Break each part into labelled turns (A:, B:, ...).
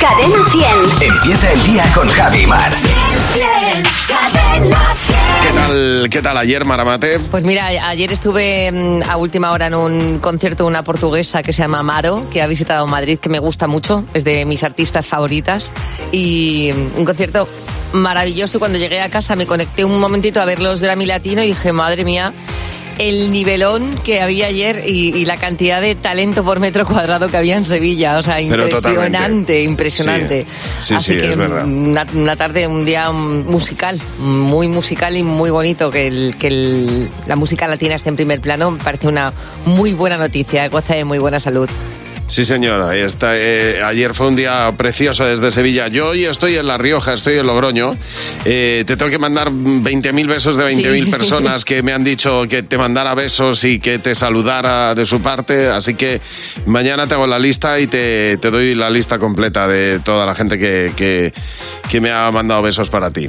A: Cadena 100.
B: Empieza el día con Javi Mar.
A: Cadena 100.
C: ¿Qué tal, qué tal ayer, Maramate?
D: Pues mira, ayer estuve mm, a última hora en un concierto de una portuguesa que se llama Maro, que ha visitado Madrid, que me gusta mucho, es de mis artistas favoritas. Y mm, un concierto maravilloso. Y Cuando llegué a casa me conecté un momentito a ver los Grammy Latino y dije, madre mía, el nivelón que había ayer y, y la cantidad de talento por metro cuadrado que había en Sevilla. O sea,
C: Pero totalmente.
D: impresionante, impresionante.
C: Sí, sí,
D: Así
C: sí,
D: que,
C: es verdad.
D: mm, una, una tarde, un día mm, musical, muy musical y muy bonito, que, el- que el- la música latina esté en primer plano, me parece una muy buena noticia, goza de muy buena salud.
C: Sí, señora. ahí está. Eh, ayer fue un día precioso desde Sevilla. Yo hoy estoy en La Rioja, estoy en Logroño. Eh, te tengo que mandar 20.000 besos de 20.000
D: Sí.
C: personas que me han dicho que te mandara besos y que te saludara de su parte. Así que mañana te hago la lista y te, te doy la lista completa de toda la gente que, que- que me ha mandado besos para ti.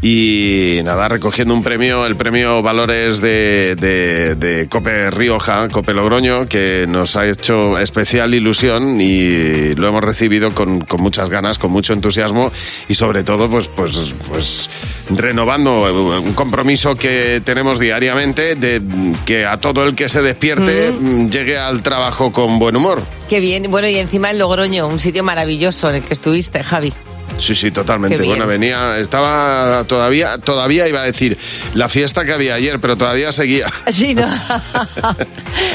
C: Y nada, recogiendo un premio, el premio Valores de, de- de Cope Rioja, Cope Logroño, que nos ha hecho especial ilusión y lo hemos recibido con, con muchas ganas, con mucho entusiasmo y sobre todo pues, pues, pues renovando un compromiso que tenemos diariamente de que a todo el que se despierte mm, llegue al trabajo con buen humor.
D: Qué bien, bueno, y encima en Logroño, un sitio maravilloso en el que estuviste, Javi.
C: Sí, sí, totalmente.
D: Qué bien.
C: Bueno, venía, estaba todavía, todavía iba a decir la fiesta que había ayer, pero todavía seguía.
D: Sí, ¿no?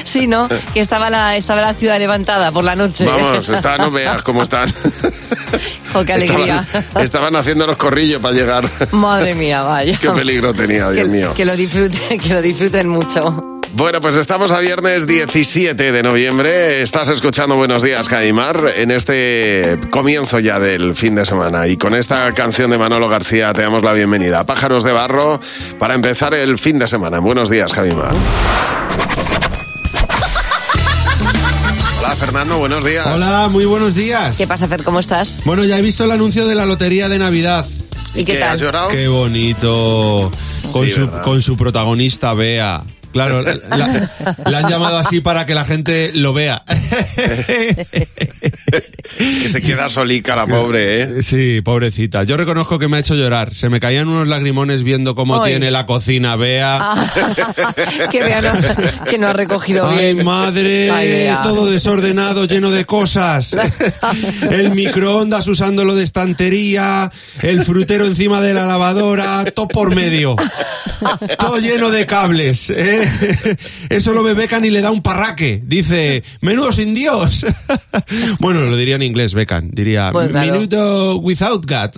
D: sí, ¿no? Que estaba la, estaba la ciudad levantada por la noche.
C: Vamos, está, no veas cómo están.
D: Jo, qué alegría.
C: Estaban, estaban haciendo los corrillos para llegar.
D: Madre mía, vaya.
C: Qué peligro tenía, Dios
D: Que-
C: mío.
D: que lo disfruten, que lo disfruten mucho.
C: Bueno, pues estamos a viernes 17 de noviembre. Estás escuchando Buenos Días, Caimar, en este comienzo ya del fin de semana. Y con esta canción de Manolo García te damos la bienvenida. Pájaros de Barro, para empezar el fin de semana. Buenos días, Javimar. Hola, Fernando, buenos días.
E: Hola, muy buenos días.
D: ¿Qué pasa, Fer? ¿Cómo estás?
E: Bueno, ya he visto el anuncio de la lotería de Navidad.
D: ¿Y, qué,
C: ¿Has
D: tal?
C: llorado?
E: Qué bonito.
C: Oh.
E: Con,
C: Sí,
E: su,
C: ¿verdad?
E: con su protagonista, Bea. Claro, la, la- la han llamado así para que la gente lo vea.
C: Que se queda solica la pobre, ¿eh?
E: Sí, pobrecita. Yo reconozco que me ha hecho llorar. Se me caían unos lagrimones viendo cómo
D: Ay. Ah.
E: tiene la cocina, Bea.
D: que Bea no, que no ha recogido
E: ¡Ay,
D: bien.
C: ¿eh?
F: Eh,
E: madre!
D: Ay, Bea.
E: todo desordenado, lleno de cosas. El microondas usándolo de estantería, el frutero encima de la lavadora, todo por medio. Todo lleno de cables. ¿eh? Eso lo ve Becan y le da un parraque. Dice, menudo sin Dios. Bueno, lo diría en inglés Becan. Diría,
D: Pues claro.
E: menudo without God.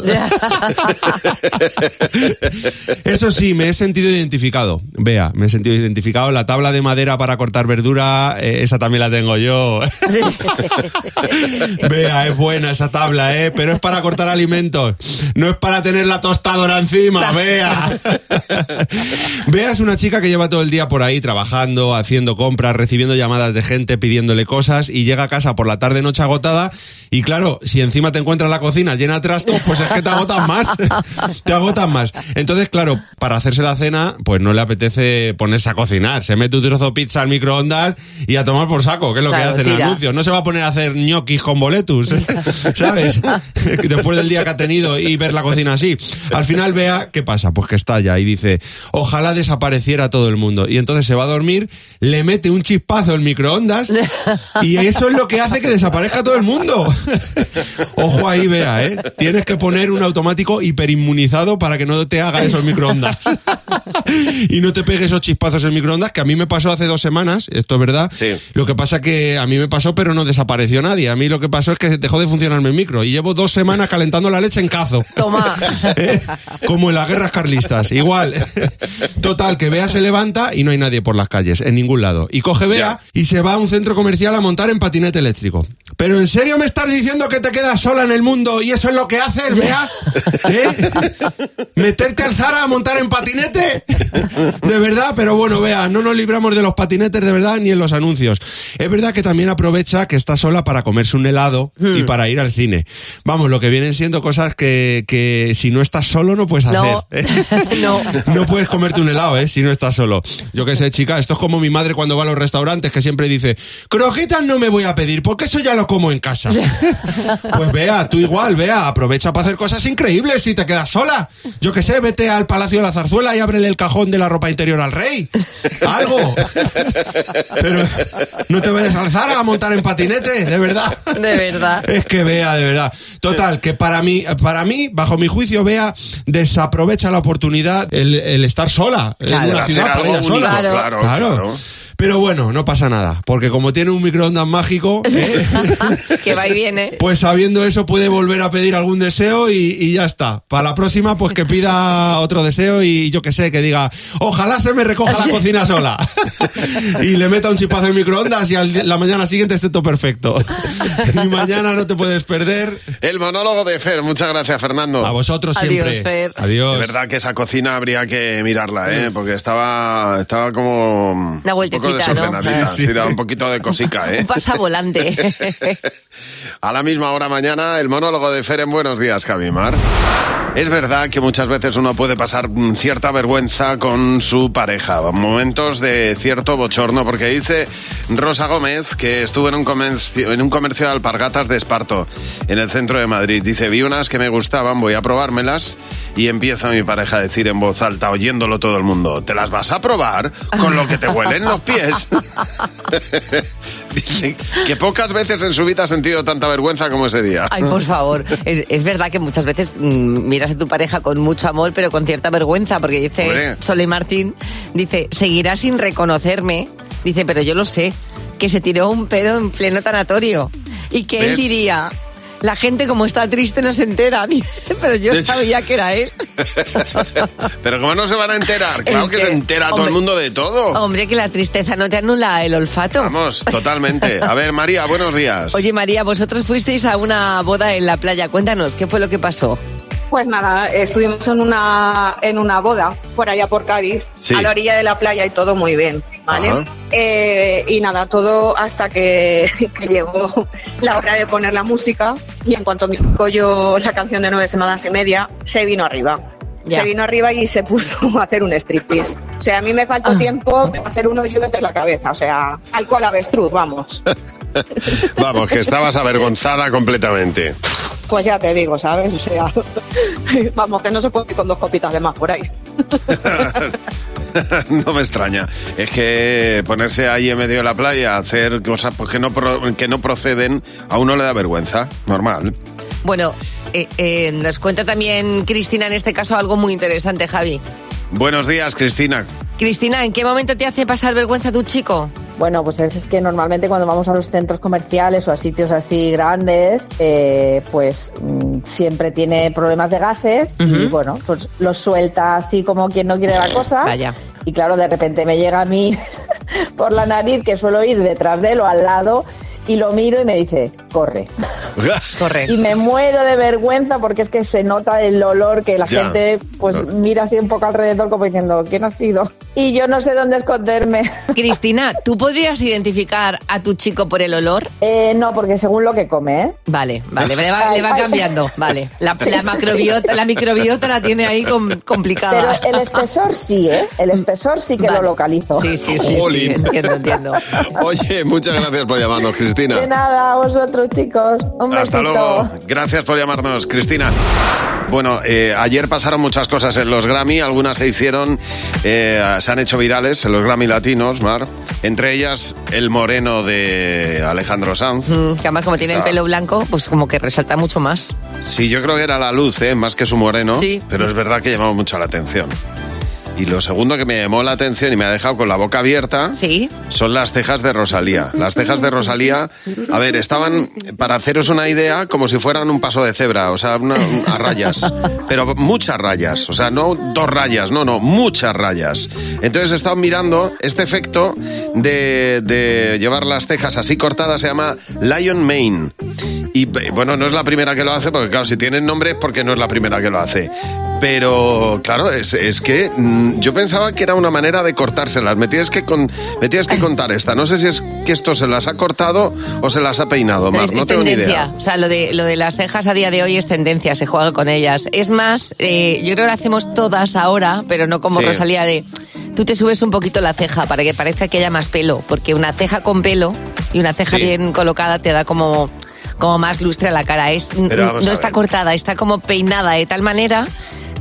E: Eso sí, me he sentido identificado. Vea, me he sentido identificado. La tabla de madera para cortar verdura, eh, esa también la tengo yo. Vea, es buena esa tabla, ¿eh? Pero es para cortar alimentos. No es para tener la tostadora encima, Vea. Vea es una chica que lleva todo el día por ahí trabajando, haciendo compras, recibiendo llamadas de gente, pidiéndole cosas y llega a casa por la tarde noche agotada y claro, si encima te encuentras la cocina llena de trastos, pues es que te agotas más. te agotas más. Entonces, claro, para hacerse la cena, pues no le apetece ponerse a cocinar. Se mete un trozo de pizza al microondas y a tomar por saco, que es lo
D: Claro,
E: que hacen en el
D: tira.
E: anuncio. No se va a poner a hacer ñoquis con boletus, ¿sabes? Después del día que ha tenido y ver la cocina así. Al final vea, ¿qué pasa? Pues que estalla y dice, ojalá desapareciera todo el mundo. Y entonces se va a dormir, le mete un chispazo en microondas y eso es lo que hace que desaparezca todo el mundo. Ojo ahí, vea, ¿eh? Tienes que poner un automático hiperinmunizado para que no te haga eso el microondas. y no te pegue esos chispazos en microondas, que a mí me pasó hace dos semanas, esto es verdad.
C: Sí.
E: Lo que pasa que a mí me pasó, pero no desapareció nadie. A mí lo que pasó es que dejó de funcionarme el micro y llevo dos semanas calentando la leche en cazo.
D: Toma.
E: ¿Eh? Como en las guerras carlistas, igual. Total, que Bea se levanta y no hay nadie por las calles, en ningún lado. Y coge Bea y se va a un centro comercial a montar en patinete eléctrico. Pero ¿en serio me estás diciendo que te quedas sola en el mundo y eso es lo que haces, Bea? ¿Eh? ¿Meterte al Zara a montar en patinete? De verdad, pero bueno, Bea, no nos libramos de los patinetes de verdad ni en los anuncios. Es verdad que también aprovecha que está sola para comerse un helado y
D: Hmm.
E: para ir al cine. Vamos, lo que vienen siendo cosas que, que si no estás solo no puedes
D: No.
E: hacer.
D: No.
E: ¿eh? No puedes comerte un helado, ¿eh? Si no estás solo. Yo yo qué sé, chica. Esto es como mi madre cuando va a los restaurantes, que siempre dice, croquetas no me voy a pedir, porque eso ya lo como en casa. pues vea, tú igual, vea, aprovecha para hacer cosas increíbles si te quedas sola. Yo qué sé, vete al Palacio de la Zarzuela y ábrele el cajón de la ropa interior al rey. Algo. Pero no te vayas a alzar a montar en patinete, de verdad.
D: De verdad.
E: Es que Bea, de verdad. Total, que para mí, para mí, bajo mi juicio, Bea desaprovecha la oportunidad el, el estar sola
D: Claro.
E: en una
D: Hacer
E: ciudad para
C: algo
E: ella sola.
C: único, claro, claro.
E: Pero bueno, no pasa nada, porque como tiene un microondas mágico, ¿eh?
D: que va y viene.
E: pues sabiendo eso puede volver a pedir algún deseo y, y ya está. Para la próxima, pues que pida otro deseo y yo que sé, que diga, ojalá se me recoja la cocina sola. y le meta un chipazo en microondas y al di- la mañana siguiente esté todo perfecto. y mañana no te puedes perder.
C: El monólogo de Fer, muchas gracias Fernando.
E: A vosotros
D: Adiós,
E: siempre.
D: Fer. Mm.
C: De
E: Adiós.
C: verdad que esa cocina habría que mirarla, ¿eh? Porque estaba, estaba como... Una
D: vueltecita,
C: un
D: ¿no?
C: poco desordenadita,
E: Sí, sí.
C: sí, daba un poquito de cosica, ¿eh?
D: Un pasavolante.
C: A la misma hora mañana, el monólogo de Fer en Buenos Días, Javimar. Es verdad que muchas veces uno puede pasar mm, cierta vergüenza con su pareja, momentos de cierto bochorno, porque dice Rosa Gómez que estuvo en un comercio, en un comercio de alpargatas de Esparto, en el centro de Madrid. Dice, vi unas que me gustaban, voy a probármelas, y empieza mi pareja a decir en voz alta, oyéndolo todo el mundo, ¿te las vas a probar con lo que te huelen los pies? Dice que pocas veces en su vida ha sentido tanta vergüenza como ese día.
D: Ay, por favor. Es, es verdad que muchas veces mm, miras a tu pareja con mucho amor, pero con cierta vergüenza, porque dice
C: Hombre.
D: Sole Martín, dice, seguirá sin reconocerme. Dice, pero yo lo sé, que se tiró un pedo en pleno tanatorio. Y que él
C: ¿Ves?
D: diría, la gente como está triste no se entera. Dice, pero yo
C: De hecho-
D: sabía que era él.
C: Pero ¿cómo no se van a enterar? Claro
D: Es
C: que,
D: que,
C: se entera todo
D: hombre,
C: el mundo de todo.
D: Hombre, que la tristeza no te anula el olfato.
C: Vamos, totalmente. A ver, María, buenos días.
D: Oye, María, vosotros fuisteis a una boda en la playa. Cuéntanos, ¿qué fue lo que pasó?
A: Pues nada, estuvimos en una, en una boda por allá por Cádiz,
C: Sí.
A: a la orilla de la playa y todo muy bien,
C: Ajá.
A: ¿vale? Eh, y nada, todo hasta que, que llegó la hora de poner la música y en cuanto me tocó yo la canción de nueve semanas y media, se vino arriba.
D: Ya.
A: Se vino arriba y se puso a hacer un striptease. O sea, a mí me faltó tiempo para hacer uno yo meter la cabeza. O sea, al cual avestruz, vamos.
C: Vamos, que estabas avergonzada completamente.
A: Pues ya te digo, ¿sabes? O sea, vamos, que no se puede ir con dos copitas de más por ahí.
C: no me extraña. Es que ponerse ahí en medio de la playa, hacer cosas pues, que, no pro- que no proceden, a uno le da vergüenza. Normal.
D: Bueno, eh, eh, nos cuenta también Cristina en este caso algo muy interesante, Javi.
C: Buenos días, Cristina.
D: Cristina, ¿en qué momento te hace pasar vergüenza tu chico?
G: Bueno, pues es que normalmente cuando vamos a los centros comerciales o a sitios así grandes, eh, pues mm, siempre tiene problemas de gases y bueno, pues los suelta así como quien no quiere la cosa.
D: Vaya.
G: Y claro, de repente me llega a mí por la nariz, que suelo ir detrás de él o al lado, y lo miro y me dice, corre. Y
D: Correcto.
G: me muero de vergüenza porque es que se nota el olor que la
C: Ya.
G: gente pues
C: Claro.
G: mira así un poco alrededor como diciendo, ¿quién ha sido? Y yo no sé dónde esconderme.
D: Cristina, ¿tú podrías identificar a tu chico por el olor?
G: Eh, no, porque según lo que come, ¿eh?
D: Vale, vale, le va, le va
G: Ay, ay.
D: cambiando, vale. La, la macrobiota, la microbiota la tiene ahí com-
G: Pero
D: complicada.
G: el espesor sí, ¿eh? El espesor sí que
D: Vale.
G: lo localizo.
D: Sí, sí, sí, sí,
C: Jolín.
D: entiendo, entiendo.
C: Oye, muchas gracias por llamarnos, Cristina.
G: De nada, a vosotros, chicos. Un besito.
C: Hasta luego. Gracias por llamarnos, Cristina. Bueno, eh, ayer pasaron muchas cosas en los Grammy, algunas se hicieron, eh, se han hecho virales en los Grammy latinos, Mar. Entre ellas, el moreno de Alejandro Sanz.
D: Mm, Que además como tiene el
C: Está.
D: pelo blanco, pues como que resalta mucho más.
C: Sí, yo creo que era la luz, ¿eh? más que su moreno,
D: Sí.
C: pero es verdad que llamó mucho la atención. Y lo segundo que me llamó la atención y me ha dejado con la boca abierta
D: Sí.
C: son las cejas de Rosalía. Las cejas de Rosalía, a ver, estaban, para haceros una idea, como si fueran un paso de cebra, o sea, una- a rayas. Pero muchas rayas, o sea, no dos rayas, no, no, muchas rayas. Entonces he estado mirando este efecto de, de llevar las cejas así cortadas, se llama Lion Mane. Y eh, bueno, no es la primera que lo hace, porque claro, si tienen nombre es porque no es la primera que lo hace. Pe- Pero claro, es, es que mm, yo pensaba que era una manera de cortárselas. Me tienes, que con- me tienes que contar esta. No sé si es que esto se las ha cortado o se las ha peinado más.
D: Es,
C: no
D: es
C: tengo ni
D: tendencia.
C: idea.
D: O sea, lo de, lo de las cejas a día de hoy es tendencia, se juega con ellas. Es más, eh, yo creo que lo hacemos todas ahora, pero no como
C: Sí.
D: Rosalía de. Tú te subes un poquito la ceja para que parezca que haya más pelo, porque una ceja con pelo y una ceja
C: Sí.
D: bien colocada te da como como más lustre a la cara. Es,
C: Pero vamos
D: no
C: a
D: está
C: ver.
D: cortada, está como peinada de tal manera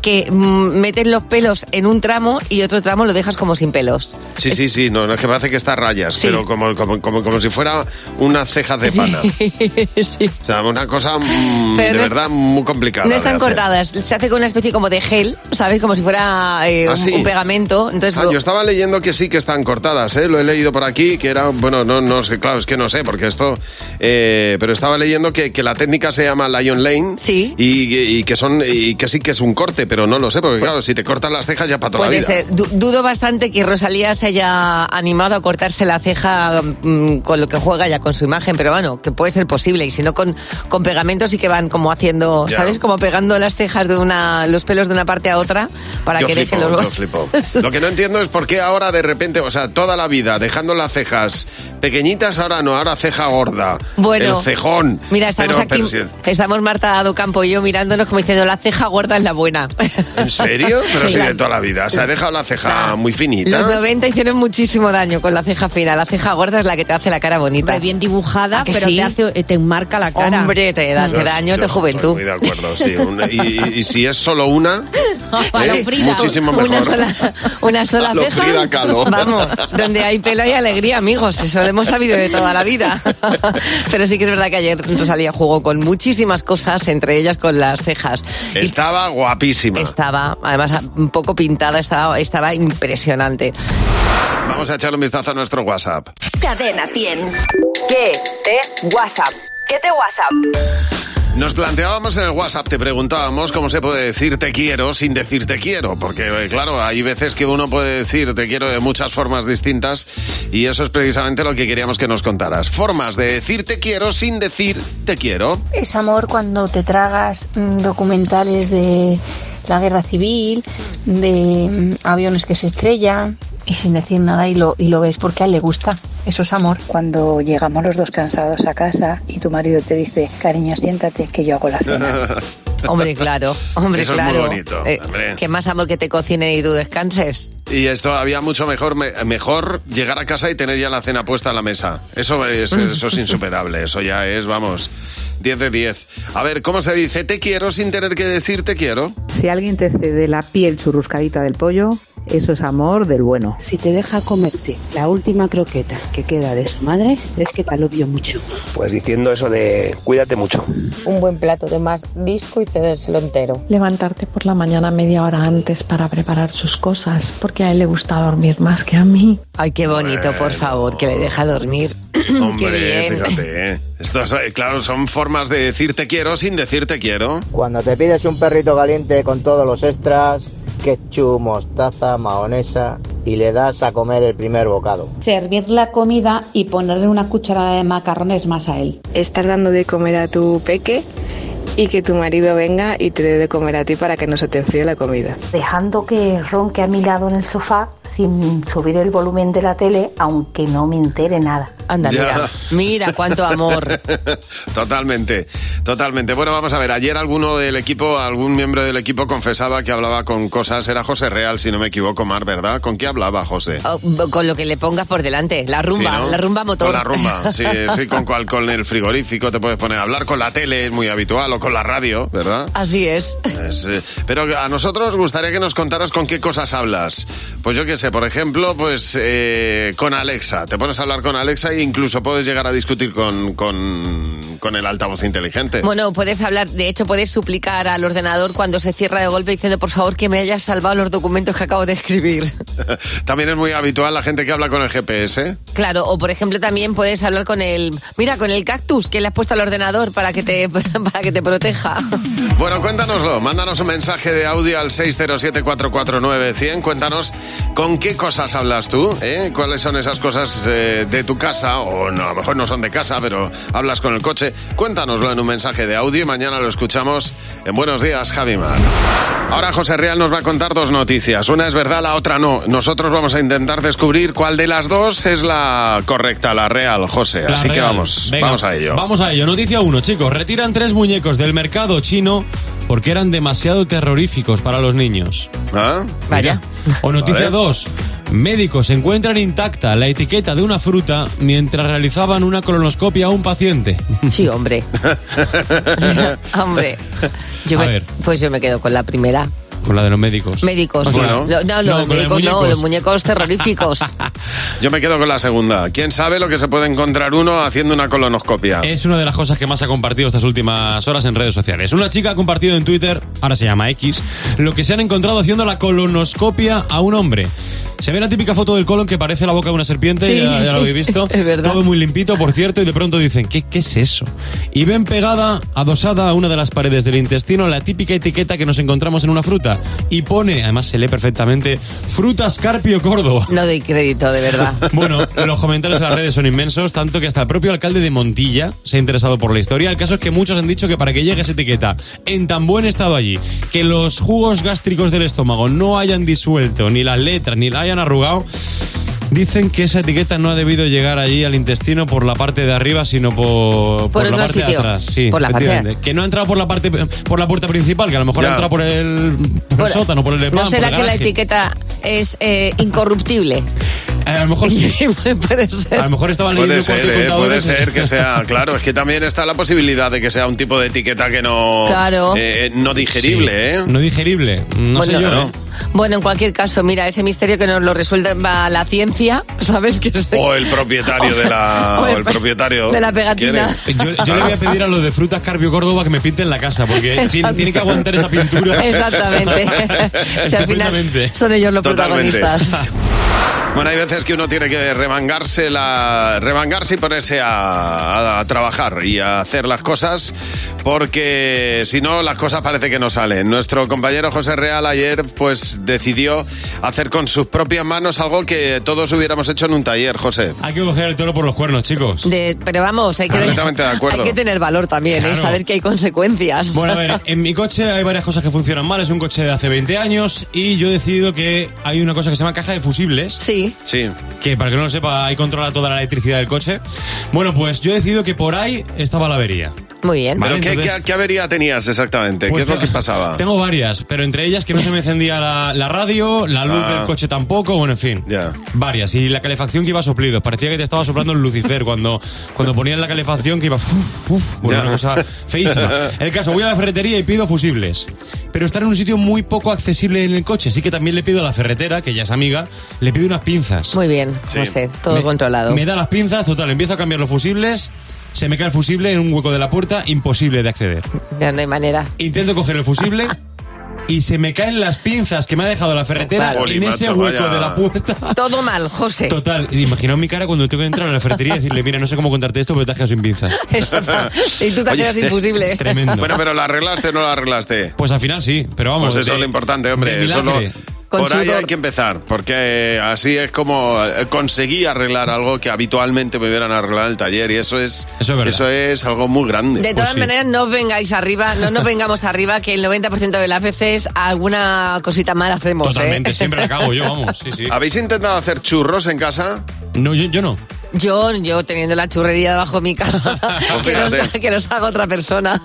D: que mm, metes los pelos en un tramo y otro tramo lo dejas como sin pelos.
C: Sí, sí, sí, no, no es que parece que está a rayas,
D: Sí.
C: pero como, como, como, como si fuera unas cejas de pana.
D: sí.
C: O sea, una cosa mm, de
D: Pero no es-
C: verdad muy complicada.
D: No
C: de
D: están
C: hacer.
D: cortadas, se hace con una especie como de gel, ¿sabes? Como si fuera eh,
C: Ah,
D: un-
C: sí.
D: un pegamento. Entonces,
C: Ah,
D: lo-
C: yo estaba leyendo que sí que están cortadas, ¿eh? lo he leído por aquí, que era, bueno, no, no sé, claro, es que no sé, porque esto, eh, pero estaba leyendo que, que la técnica se llama Lion Lane
D: Sí.
C: y, y que son y que sí que es un corte, pero no lo sé, porque claro, si te cortan las cejas ya para toda
D: Pues puede
C: la vida.
D: ser. Du- dudo bastante que Rosalía se haya animado a cortarse la ceja mm, con lo que juega ya con su imagen, pero bueno, que puede ser posible. Y si no, con, con pegamentos y que van como haciendo,
C: Ya.
D: ¿sabes? Como pegando las cejas de una, los pelos de una parte a otra para
C: yo
D: que
C: flipo,
D: dejen los
C: yo flipo. Lo que no entiendo es por qué ahora de repente, o sea, toda la vida dejando las cejas pequeñitas, ahora no, ahora ceja gorda,
D: Bueno.
C: el cejón.
D: Mira, estamos
C: Pero- pero
D: aquí, estamos Marta Docampo y yo mirándonos como diciendo, la ceja gorda es la buena.
C: si- ¿En serio? Pero
D: Sí,
C: sí,
D: la-
C: de toda la vida. Se ha dejado la ceja
D: Nah.
C: muy finita.
D: Los 90 hicieron muchísimo daño con la ceja fina. La ceja gorda es la que te hace la cara bonita.
H: Hombre, bien dibujada,
D: ¿A que
H: pero
D: sí?
H: te, hace, eh, te marca la cara.
D: Hombre, te da te
C: Yo-
D: daño
C: yo
D: de
C: estoy
D: juventud.
C: Muy de acuerdo, sí. Una- y, y- y si es solo una,
H: A lo
C: ¿eh?
H: Ah, Frida.
C: muchísimo mejor.
D: Una sola, una sola
C: A lo
D: ceja.
C: Frida Kahlo.
D: Vamos, donde hay pelo hay alegría, amigos. Eso lo hemos sabido de toda la vida. Pero sí que es verdad que ayer Rosalía jugó con muchísimas cosas, entre ellas con las cejas. Y
C: Estaba guapísima.
D: estaba, además, un poco pintada, estaba, estaba impresionante.
C: Vamos a echarle un vistazo a nuestro WhatsApp.
F: Cadena 100.
I: ¿Qué te WhatsApp? ¿Qué te WhatsApp?
C: Nos planteábamos en el WhatsApp, te preguntábamos cómo se puede decir te quiero sin decir te quiero, porque eh, claro, hay veces que uno puede decir te quiero de muchas formas distintas y eso es precisamente lo que queríamos que nos contaras. Formas de decir te quiero sin decir te quiero.
J: Es amor cuando te tragas mm, documentales de la guerra civil, de mm, aviones que se estrellan y sin decir nada y lo, y lo ves porque a él le gusta. Eso es amor.
K: Cuando llegamos los dos cansados a casa y tu marido te dice, cariño, siéntate que yo hago la cena.
D: Hombre, claro, hombre,
C: Eso es muy
D: claro. Eh,
C: bonito, hombre.
D: que más amor que te cocinen y tú descanses.
C: Y es todavía mucho mejor, me- mejor llegar a casa y tener ya la cena puesta en la mesa. Eso es, eso es insuperable, eso ya es, vamos, 10 de 10. A ver, ¿cómo se dice te quiero sin tener que decir te quiero?
L: Si alguien te cede la piel churruscadita del pollo, eso es amor del bueno.
K: Si te deja comerte la última croqueta que queda de su madre, es que te lo vio mucho.
B: Pues diciendo eso de cuídate mucho.
G: Un buen plato de más disco y cedérselo entero.
M: Levantarte por la mañana media hora antes para preparar sus cosas, porque a él le gusta dormir más que a mí.
D: Ay, qué bonito, por favor, que le deja dormir. qué
C: Hombre,
D: bien.
C: fíjate, ¿eh? Estas, eh, claro, son formas de decir te quiero sin decir te quiero.
N: Cuando te pides un perrito caliente con todos los extras, ketchup, mostaza, mahonesa y le das a comer el primer bocado.
K: Servir la comida y ponerle una cucharada de macarrones más a él.
O: Estar dando de comer a tu peque y que tu marido venga y te dé de comer a ti para que no se te enfríe la comida.
P: dejando que ronque a mi lado en el sofá sin subir el volumen de la tele, aunque no me entere nada.
D: Anda,
C: Ya.
D: mira, mira cuánto amor.
C: Totalmente, totalmente. Bueno, vamos a ver, ayer alguno del equipo, algún miembro del equipo confesaba que hablaba con cosas, era José Real, si no me equivoco, Mar, ¿verdad? ¿Con qué hablaba José?
D: O- Oh, con lo que le pongas por delante, la rumba,
C: Sí, ¿no?
D: la rumba motor.
C: Con la rumba, sí, sí, con, cual- con el frigorífico te puedes poner a hablar, con la tele es muy habitual, o con la radio, ¿verdad?
D: Así es.
C: Es, eh, pero a nosotros gustaría que nos contaras con qué cosas hablas. Pues yo qué sé, por ejemplo, pues eh, con Alexa. Te pones a hablar con Alexa e incluso puedes llegar a discutir con, con, con el altavoz inteligente.
D: Bueno, puedes hablar, de hecho puedes suplicar al ordenador cuando se cierra de golpe diciendo, por favor, que me hayas salvado los documentos que acabo de escribir.
C: También es muy habitual la gente que habla con el GPS.
D: Claro, o por ejemplo también puedes hablar con el, mira, con el cactus que le has puesto al ordenador para que te, para que te proteja.
C: Bueno, cuéntanoslo. Mándanos un mensaje de audio al 607-449-100. Cuéntanos con qué cosas hablas tú, ¿eh? cuáles son esas cosas eh, de tu casa casa, o no, a lo mejor no son de casa, pero hablas con el coche, cuéntanoslo en un mensaje de audio y mañana lo escuchamos en Buenos Días, Javi Mar. Ahora José Real nos va a contar dos noticias. Una es verdad, la otra no. Nosotros vamos a intentar descubrir cuál de las dos es la correcta, la real, José.
F: La
C: Así que
F: real.
C: vamos,
F: Venga,
C: vamos a ello.
F: Vamos a ello. Noticia 1, chicos. Retiran tres muñecos del mercado chino porque eran demasiado terroríficos para los niños.
E: ¿Ah?
D: Vaya.
F: O noticia
D: Vale.
F: 2. Médicos encuentran intacta la etiqueta de una fruta mientras realizaban una colonoscopia a un paciente.
D: Sí, hombre. Hombre. Yo
F: A
D: me-
F: ver.
D: pues yo me quedo con la primera.
F: Con la de los médicos.
D: Médicos.
C: Bueno.
D: Lo- no,
C: No, con
D: los
C: los
D: médicos no,
C: muñecos.
D: los muñecos terroríficos.
C: Yo me quedo con la segunda. ¿Quién sabe lo que se puede encontrar uno haciendo una colonoscopia?
F: Es una de las cosas que más ha compartido estas últimas horas en redes sociales. Una chica ha compartido en Twitter, ahora se llama X, lo que se han encontrado haciendo la colonoscopia a un hombre. Se ve la típica foto del colon que parece la boca de una serpiente,
Q: Sí.
F: ya, ya lo habéis visto. Todo muy limpito, por cierto, y de pronto dicen, ¿qué, ¿qué es eso? Y ven pegada, adosada a una de las paredes del intestino, la típica etiqueta que nos encontramos en una fruta. Y pone, además se lee perfectamente, Frutas Carpio Córdoba.
D: No doy crédito, de verdad.
F: Bueno, los comentarios en las redes son inmensos, tanto que hasta el propio alcalde de Montilla se ha interesado por la historia. El caso es que muchos han dicho que para que llegue esa etiqueta en tan buen estado allí, que los jugos gástricos del estómago no hayan disuelto, ni las letras, ni la hayan arrugado, dicen que esa etiqueta no ha debido llegar allí al intestino por la parte de arriba, sino por,
D: Por
F: la
D: otro
F: parte de
D: sitio.
F: atrás. Sí,
D: Por la parte de-
F: efectivamente. Que no ha entrado por la parte por la puerta principal, que a lo mejor
C: Ya.
F: ha entrado por el, por el
D: Por-
F: sótano, por el desván,
D: ¿No
F: por
D: será
F: el
D: que la
F: garaje.
D: etiqueta es eh, incorruptible?
F: Eh, A lo mejor sí.
D: Puede ser.
F: A lo mejor estaban
C: Puede
F: leyendo el
C: ser,
F: cuarto de
C: eh, puede
F: contadores.
C: ser que sea, claro, es que también está la posibilidad de que sea un tipo de etiqueta que no,
D: Claro.
C: eh, no digerible,
F: Sí,
C: ¿eh?
F: No digerible, no sé yo. ¿eh?
D: Bueno, en cualquier caso, mira, ese misterio que nos lo resuelva la ciencia, ¿sabes? Que
F: eh.
D: es-
C: O el propietario de la,
D: O
C: o
D: el-
C: el propietario
D: de la
C: si
D: pegatina.
C: quiere.
F: Oh, Yo, yo le voy a pedir a los de Frutas Carpio Córdoba que me pinten la casa, porque tiene,
D: Exacto.
F: tiene que aguantar esa pintura.
D: Exactamente. Si al final
F: Estupendamente.
D: son ellos los
C: Totalmente.
D: protagonistas.
C: Bueno, hay veces que uno tiene que remangarse, la, remangarse y ponerse a, a trabajar y a hacer las cosas, porque si no, las cosas parece que no salen. Nuestro compañero José Real ayer pues decidió hacer con sus propias manos algo que todos hubiéramos hecho en un taller, José.
F: Hay que coger el toro por los cuernos, chicos.
D: De- pero vamos, hay que,
F: Completamente de acuerdo.
D: hay que tener valor también, ¿eh?
F: Claro.
D: saber que hay consecuencias.
F: Bueno, a ver, en mi coche hay varias cosas que funcionan mal. Es un coche de hace 20 años y yo he decidido que hay una cosa que se llama caja de fusibles.
D: Sí.
C: Sí.
F: Que para que no lo sepa, ahí controla toda la electricidad del coche. Bueno, pues yo he decidido que por ahí estaba la avería.
D: Muy bien.
C: Pero, ¿qué,
F: entonces-
C: qué- qué avería tenías exactamente?
F: Pues
C: ¿Qué es lo
F: te-
C: que pasaba?
F: Tengo varias, pero entre ellas que no se me encendía la, la radio, la luz
C: Ah.
F: del coche tampoco, bueno, en fin. Varias. Y la calefacción que iba soplido. Parecía que te estaba soplando el Lucifer cuando, cuando ponían la calefacción que iba. Uf, uf, bueno,
C: Ya.
F: una cosa feísima. El caso, voy a la ferretería y pido fusibles. Pero estar en un sitio muy poco accesible en el coche. Así que también le pido a la ferretera, que ya es amiga, le pido unas pinzas.
D: Muy bien,
F: Sí.
D: José, todo
F: Me-
D: controlado.
F: Me da las pinzas, total, empiezo a cambiar los fusibles. Se me cae el fusible en un hueco de la puerta, imposible de acceder.
D: Ya no hay manera.
F: Intento coger el fusible y se me caen las pinzas que me ha dejado la ferretera
D: Vale.
F: en
D: Jolín,
F: ese
D: macho,
F: hueco
D: vaya.
F: de la puerta.
D: Todo mal, José.
F: Total, imaginaos mi cara cuando tengo que entrar a la ferretería y decirle, mira, no sé cómo contarte esto, pero te has quedado sin pinzas.
D: Eso no. Y tú te has
F: Oye,
D: quedado sin fusible.
F: Tremendo.
C: Bueno, pero la arreglaste o no la arreglaste.
F: Pues al final sí, pero vamos.
C: Pues eso
F: de-
C: es lo importante, hombre.
F: de
C: eso es lo-
F: milagre. Con
C: por ahí
F: sudor.
C: hay que empezar, porque así es como eh, conseguí arreglar algo que habitualmente me hubieran arreglado en el taller y eso es eso es, algo muy grande.
D: De
F: Pues
D: todas maneras, no vengáis arriba, no nos vengamos arriba, que el 90% de las veces alguna cosita mal hacemos. ¿eh?
C: ¿Habéis intentado hacer churros en casa?
F: No, yo, no.
D: Yo, yo teniendo la churrería debajo de mi casa, que, los,
C: Pues fíjate.
D: que los haga otra persona.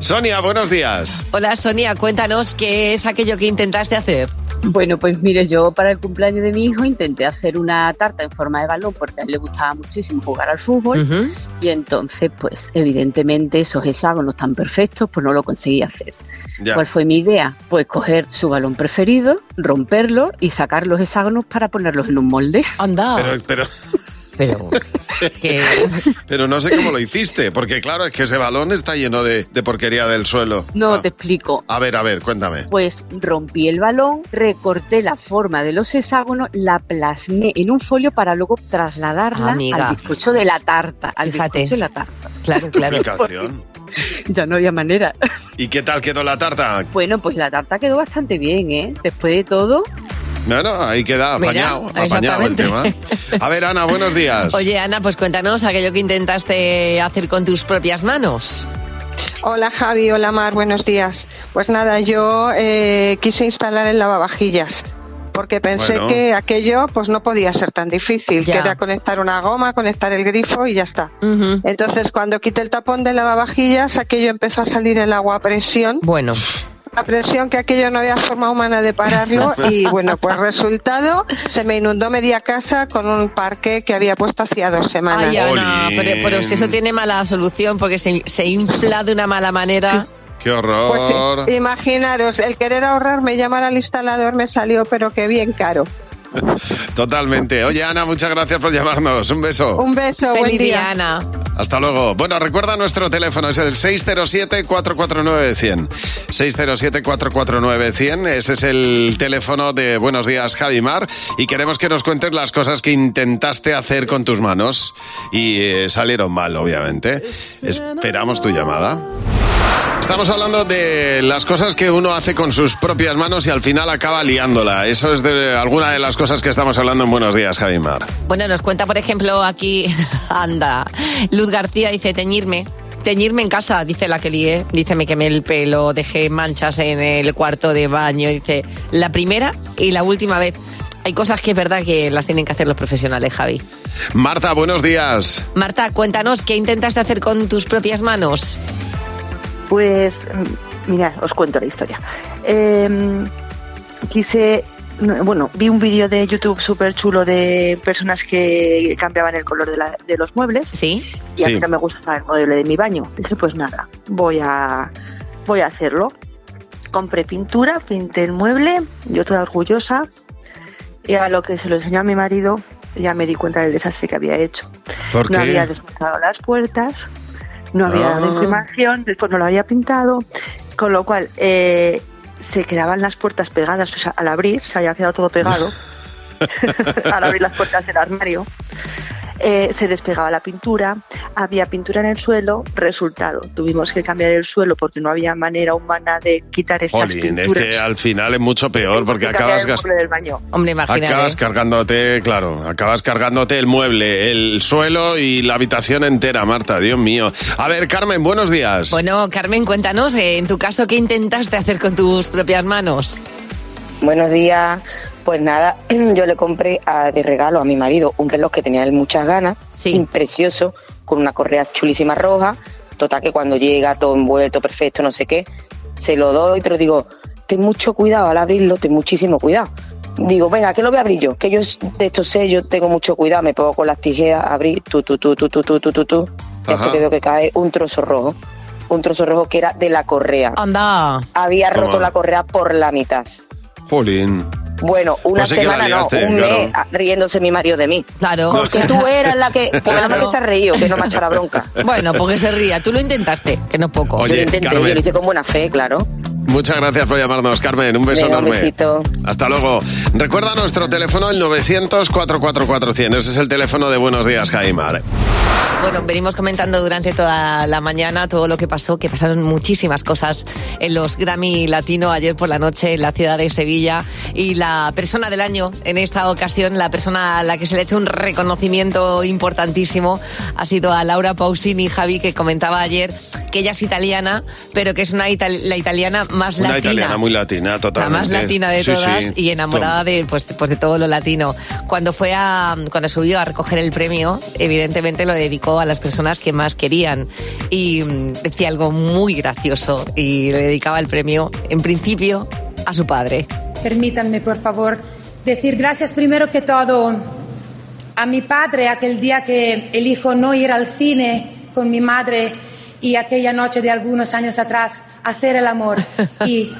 C: Sonia, buenos días.
D: Hola Sonia, cuéntanos qué es aquello que intentaste hacer.
R: Bueno, pues mire, yo para el cumpleaños de mi hijo intenté hacer una tarta en forma de balón porque a él le gustaba muchísimo jugar al fútbol y entonces, pues evidentemente esos hexágonos tan perfectos, pues no lo conseguí hacer.
S: Ya.
R: ¿Cuál fue mi idea? Pues coger su balón preferido, romperlo y sacar los hexágonos para ponerlos en un molde.
D: Anda.
C: Pero, pero,
D: pero,
C: pero no sé cómo lo hiciste, porque claro, es que ese balón está lleno de, de porquería del suelo.
R: No, te explico.
C: A ver, a ver, cuéntame.
R: Pues rompí el balón, recorté la forma de los hexágonos, la plasmé en un folio para luego trasladarla
D: Amiga.
R: al bizcocho de la tarta. Al bizcocho de la tarta.
D: Claro,
C: Explicación.
R: Ya no había manera.
C: ¿Y qué tal quedó la tarta?
R: Bueno, pues la tarta quedó bastante bien, ¿eh? Después de todo,
C: No, no, ahí queda
D: Mira,
C: apañado, apañado el tema.
D: exactamente.
C: A ver, Ana, buenos días.
D: Oye, Ana, pues cuéntanos aquello que intentaste hacer con tus propias manos.
N: Hola Javi, hola Mar, buenos días. Pues nada, yo eh, quise instalar el lavavajillas porque pensé
T: Bueno.
N: que aquello pues no podía ser tan difícil,
T: Ya.
N: que era conectar una goma, conectar el grifo y ya está. Entonces cuando quité el tapón del lavavajillas, aquello empezó a salir el agua a presión.
D: Bueno.
N: A presión que aquello no había forma humana de pararlo y bueno, pues resultado, se me inundó media casa con un parque que había puesto hacía dos semanas.
D: Ay, Ana, pero, pero si eso tiene mala solución porque se, se infla de una mala manera.
C: Qué
N: Pues sí,
C: horror.
N: imaginaros, el querer ahorrarme llamar al instalador me salió, pero que bien caro.
C: Totalmente. Oye, Ana, muchas gracias por llamarnos. Un beso.
N: Un beso, buen
D: Feliz
N: día.
D: día, Ana.
C: Hasta luego. Bueno, recuerda nuestro teléfono, es el 607-449-100. 607-449-100, ese es el teléfono de Buenos Días, Javimar. Y queremos que nos cuentes las cosas que intentaste hacer con tus manos y eh, salieron mal, obviamente. Esperamos tu llamada. Estamos hablando de las cosas que uno hace con sus propias manos y al final acaba liándola. Eso es de alguna de las cosas que estamos hablando en Buenos Días, Javimar.
D: Bueno, nos cuenta, por ejemplo, aquí, anda, Luz García dice, teñirme. Teñirme en casa, dice la que lié. Dice, me quemé el pelo, dejé manchas en el cuarto de baño. Dice, la primera y la última vez. Hay cosas que es verdad que las tienen que hacer los profesionales, Javi.
C: Marta, buenos días.
D: Marta, cuéntanos, ¿qué intentaste hacer con tus propias manos?
U: Pues, mm, mirad, os cuento la historia. Eh, quise, no, bueno, vi un vídeo de YouTube súper chulo de personas que cambiaban el color de, la- de los muebles.
D: Sí.
U: Y a
A: Sí.
U: mí no me gusta el mueble de mi baño. Dije, pues nada, voy a, voy a hacerlo. Compré pintura, pinté el mueble, yo toda orgullosa. Y a lo que se lo enseñó a mi marido, ya me di cuenta del desastre que había hecho.
V: ¿Por
U: no
V: qué?
U: había desmontado las puertas, no había
V: Ah.
U: dado imprimación, después no lo había pintado, con lo cual eh, se quedaban las puertas pegadas, o sea, al abrir se había quedado todo pegado, al abrir las puertas del armario, eh, se despegaba la pintura, había pintura en el suelo, resultado, tuvimos que cambiar el suelo porque no había manera humana de quitar esas
C: Jolín, es
U: pinturas.
C: que al final es mucho peor porque
U: y cambiar
C: acabas
U: el
C: gastando.
U: mueble del baño.
D: Hombre,
C: Acabas cargándote, claro, acabas cargándote el mueble, el suelo y la habitación entera, Marta, Dios mío. A ver, Carmen, buenos días.
D: Bueno, Carmen, cuéntanos, eh, en tu caso, ¿qué intentaste hacer con tus propias manos?
A: Buenos días. Pues nada, yo le compré a- de regalo a mi marido un reloj que tenía él muchas ganas, precioso, con una correa chulísima roja. Total que cuando llega todo envuelto, perfecto, no sé qué, se lo doy, pero digo, ten mucho cuidado al abrirlo, ten muchísimo cuidado. Digo, venga, que lo voy a abrir yo, que yo s- de estos sé, yo tengo mucho cuidado, me pongo con las tijeras, abrir, tu, tu, tu, tu, tu, tu, tu, tu, tu, y hasta
V: Ajá.
A: que veo que cae un trozo rojo, un trozo rojo que era de la correa.
D: Ah. Anda.
A: Había
C: Toma.
A: roto la correa por la mitad.
C: Jolín.
A: Bueno, una
C: Pues sí que la
A: semana
C: liaste,
A: no, un
C: claro.
A: mes ah, riéndose mi marido de mí.
D: Claro.
A: Porque tú eras la que, por lo menos que se ha reído, que no me ha hecho la bronca.
D: Bueno, porque se ría. Tú lo intentaste, que no poco.
A: yo lo
C: Oye,
A: intenté,
C: Carmen.
A: yo lo hice con buena fe, claro.
C: Muchas gracias por llamarnos, Carmen. Un beso
A: Venga, un
C: enorme.
A: besito.
C: Hasta luego. Recuerda nuestro teléfono, el 900-444-100. Ese es el teléfono de Buenos Días, Jaimar.
D: Bueno, venimos comentando durante toda la mañana todo lo que pasó, que pasaron muchísimas cosas en los Grammy Latino ayer por la noche en la ciudad de Sevilla y la persona del año en esta ocasión, la persona a la que se le ha hecho un reconocimiento importantísimo ha sido a Laura Pausini, Javi, que comentaba ayer que ella es italiana, pero que es una itali- la italiana más
C: Una
D: latina.
C: italiana muy latina,
D: La
C: totalmente.
D: más latina de
C: Sí, sí.
D: todas y enamorada de, pues, pues de todo lo latino. Cuando fue a, cuando subió a recoger el premio, evidentemente lo dedicó a las personas que más querían y mm, decía algo muy gracioso y le dedicaba el premio, en principio, a su padre.
G: Permítanme, por favor, decir gracias primero que todo a mi padre aquel día que elijo no ir al cine con mi madre y aquella noche de algunos años atrás hacer el amor y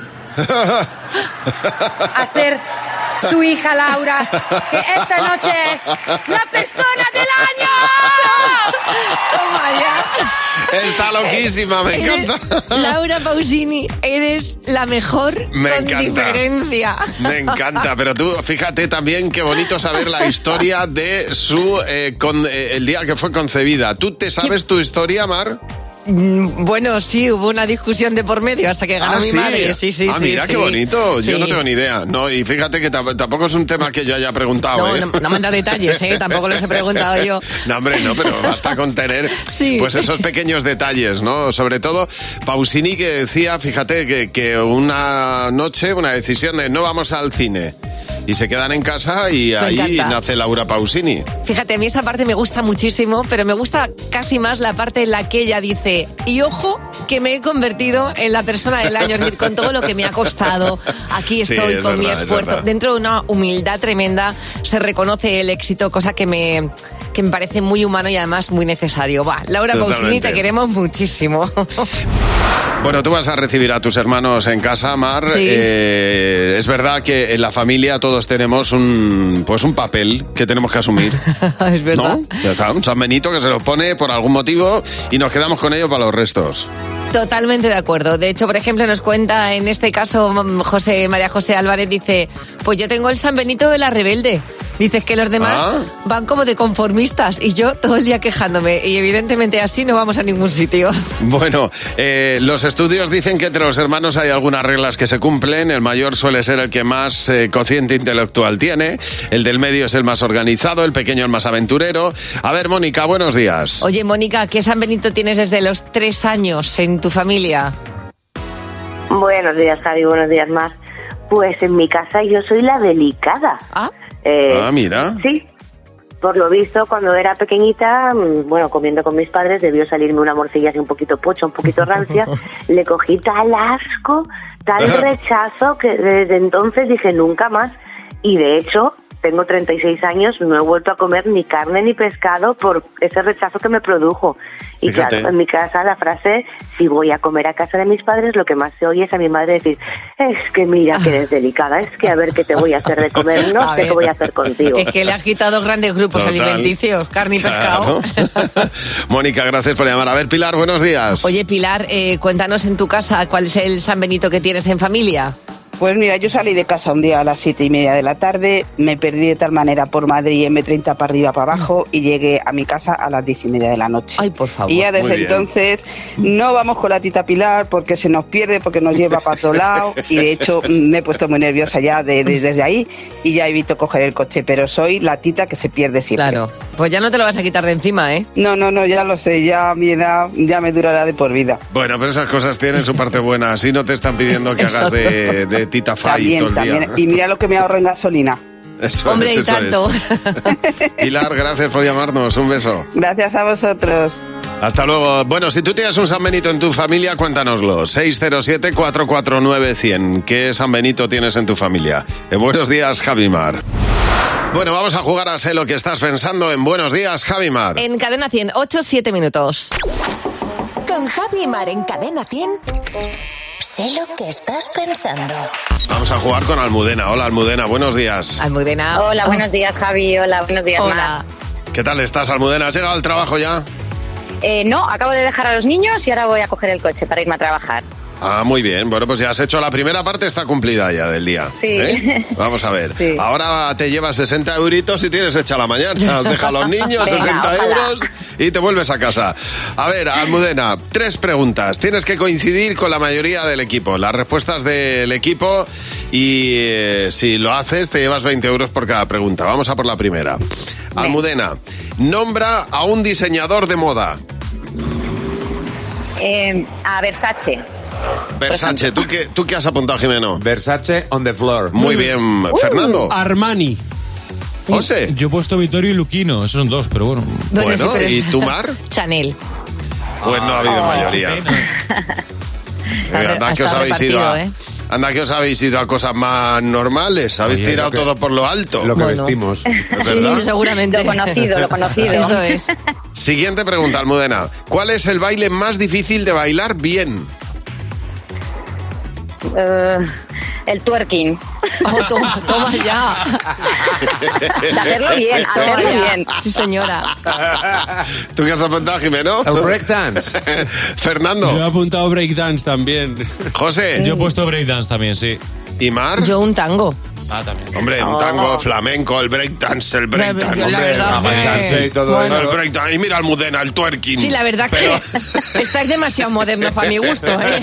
G: hacer su hija Laura, que esta noche es la persona del año.
C: Está loquísima, me
D: Eres-
C: encanta.
D: Laura Pausini, eres la mejor
C: Me
D: con
C: encanta.
D: diferencia.
C: Me encanta, pero tú fíjate también qué bonito saber la historia de su eh, con- eh, el día que fue concebida. ¿Tú te sabes tu historia, Mar?
D: Mm, Bueno, sí, hubo una discusión de por medio hasta que ganó
C: Ah,
D: mi
C: sí.
D: madre. Sí, sí,
C: ah,
D: sí,
C: mira,
D: sí.
C: qué bonito. Yo
D: Sí.
C: no tengo ni idea. No, y fíjate que tam- tampoco es un tema que yo haya preguntado.
D: No,
C: ¿eh?
D: no- no me han dado detalles, ¿eh? Tampoco los he preguntado yo.
C: No, hombre, no, pero basta con tener
D: Sí.
C: pues esos pequeños detalles, ¿no? Sobre todo Pausini que decía, fíjate, que, que una noche, una decisión de no vamos al cine. Y se quedan en casa y
D: Me
C: ahí
D: encanta.
C: nace Laura Pausini.
D: Fíjate, a mí esa parte me gusta muchísimo, pero me gusta casi más la parte en la que ella dice, y ojo que me he convertido en la persona del año, es decir, con todo lo que me ha costado, aquí
E: Sí,
D: estoy
E: es
D: con mi
E: verdad, es
D: esfuerzo.
E: verdad.
D: Dentro de una humildad tremenda se reconoce el éxito, cosa que me, que me parece muy humano y además muy necesario. Va, Laura Pausini,
C: Totalmente.
D: te queremos muchísimo.
C: Bueno, tú vas a recibir a tus hermanos en casa, Mar.
D: Sí.
C: Eh, es verdad que en la familia todos tenemos un, pues un papel que tenemos que asumir.
D: es verdad.
C: ¿No? Ya está, un San Benito que se los pone por algún motivo y nos quedamos con ello para los restos.
D: Totalmente de acuerdo. De hecho, por ejemplo, nos cuenta en este caso mm, José María José Álvarez dice, pues yo tengo el San Benito de la rebelde. Dices que los demás
C: Ah.
D: van como de conformistas y yo todo el día quejándome. Y evidentemente así no vamos a ningún sitio.
C: Bueno, eh, los estudios dicen que entre los hermanos hay algunas reglas que se cumplen. El mayor suele ser el que más eh, cociente intelectual tiene. El del medio es el más organizado, el pequeño el más aventurero. A ver, Mónica, buenos días.
D: Oye, Mónica, ¿qué San Benito tienes desde los tres años en tu familia?
E: Buenos días, Javi, buenos días, más. Pues en mi casa yo soy la delicada.
D: Ah,
E: Eh,
C: Ah, mira.
E: Sí. Por lo visto, cuando era pequeñita, mm, bueno, comiendo con mis padres, debió salirme una morcilla así un poquito pocha, un poquito rancia. Le cogí tal asco, tal rechazo, que desde entonces dije nunca más. Y de hecho, tengo 36 años, no he vuelto a comer ni carne ni pescado por ese rechazo que me produjo. Y
S: Fíjate.
E: claro, en mi casa la frase, si voy a comer a casa de mis padres, lo que más se oye es a mi madre decir, es que mira que eres delicada, es que a ver qué te voy a hacer de comer, no
D: A
E: sé qué
D: ver.
E: voy a hacer contigo.
D: Es que le has quitado grandes grupos
C: Total.
D: alimenticios, carne y pescado.
C: Claro. Mónica, gracias por llamar. A ver, Pilar, buenos días.
D: Oye, Pilar, eh, cuéntanos en tu casa cuál es el San Benito que tienes en familia.
W: Pues mira, yo salí de casa un día a las siete y media de la tarde, me perdí de tal manera por Madrid M30 para arriba para abajo
D: Mm.
W: y llegué a mi casa a las diez y media de la noche. Ay, por favor. Y ya Muy desde bien. entonces no vamos con la tita Pilar porque se nos pierde, porque nos lleva para otro lado y de hecho mm, me he puesto muy nerviosa ya de- de- desde ahí y ya evito coger el coche, pero soy la tita que se pierde siempre.
D: Claro, pues ya no te lo vas a quitar de encima, ¿eh?
W: No, no, no, ya lo sé, ya mi edad ya me durará de por vida.
C: Bueno, pero esas cosas tienen su parte buena. Así no te están pidiendo que hagas de, de tita fai
W: También,
C: todo el día.
W: también. Y mira lo que me ahorro en gasolina.
C: Eso es, eso es. Pilar, gracias por llamarnos. Un beso.
W: Gracias a vosotros.
C: Hasta luego. Bueno, si tú tienes un San Benito en tu familia, cuéntanoslo. 607-449-100. ¿Qué San Benito tienes en tu familia? Eh, buenos días, Javimar. Bueno, vamos a jugar a sé lo que estás pensando en Buenos días, Javimar.
D: En cadena 100, 8, 7 minutos.
X: Con Javi y Mar en Cadena 100. Sé lo que estás pensando.
C: Vamos a jugar con Almudena. Hola, Almudena. Buenos días.
D: Ah, Almudena.
Y: Hola, buenos días, Javi. Hola, buenos días,
D: Hola.
Y: Mar.
C: ¿Qué tal estás, Almudena? ¿Has llegado al trabajo ya?
Y: Eh, no, acabo de dejar a los niños y ahora voy a coger el coche para irme a trabajar.
C: Ah, muy bien. Bueno, pues ya has hecho la primera parte, está cumplida ya del día.
Y: Sí.
C: ¿eh? Vamos a ver. Ahora te llevas 60 euritos y tienes hecha la mañana. Has dejado a los niños,
Y: Venga,
C: 60
Y: ojalá.
C: euros y te vuelves a casa. A ver, Almudena, tres preguntas. Tienes que coincidir con la mayoría del equipo. Las respuestas del equipo y eh, si lo haces te llevas 20 euros por cada pregunta. Vamos a por la primera. Almudena, nombra a un diseñador de moda.
Y: Eh, a Versace.
C: Versace, ¿tú qué, ¿tú qué has apuntado, Jimeno?
Z: Versace on the floor.
Y: Mm.
C: Muy bien, Uh, Fernando.
F: Uh, Armani.
C: José.
F: Yo he puesto Vittorio y Luquino. Esos son dos, pero bueno.
D: Bueno, sí, pero es-
C: tu Mar?
D: Chanel.
C: Pues no ha
D: Ah,
C: habido mayoría. Mira, anda,
D: Ha
C: que os
D: estado
C: habéis ido a,
D: repartido, ¿eh?
C: anda que os habéis ido a cosas más normales. Habéis
Z: Oye,
C: tirado
Z: lo que-
C: todo por lo alto.
Z: lo que Bueno. vestimos.
C: ¿Es verdad?
Y: seguramente. Lo conocido, lo conocido.
D: Eso es.
C: Siguiente pregunta, Almudena. ¿Cuál es el baile más difícil de bailar bien?
Y: Eh, el twerking.
D: Oh, toma, ya.
Y: De hacerlo bien, hacerlo bien.
D: Sí, señora.
C: ¿Tú qué has apuntado, Jimeno?
F: El breakdance.
C: Fernando.
F: Yo he apuntado breakdance también.
C: José.
F: Yo he puesto breakdance también, sí.
C: ¿Y Mar?
D: Yo un tango.
F: Ah, también.
C: Hombre, un
F: Oh.
C: tango flamenco, el breakdance, el breakdance.
D: La
C: hombre,
D: verdad
C: el
D: que-
C: breakdance y todo
D: Bueno.
C: eso, el breakdance. Y mira Almudena, el twerking.
D: Sí, la verdad
C: Pero-
D: que estáis demasiado modernos para mi gusto, ¿eh?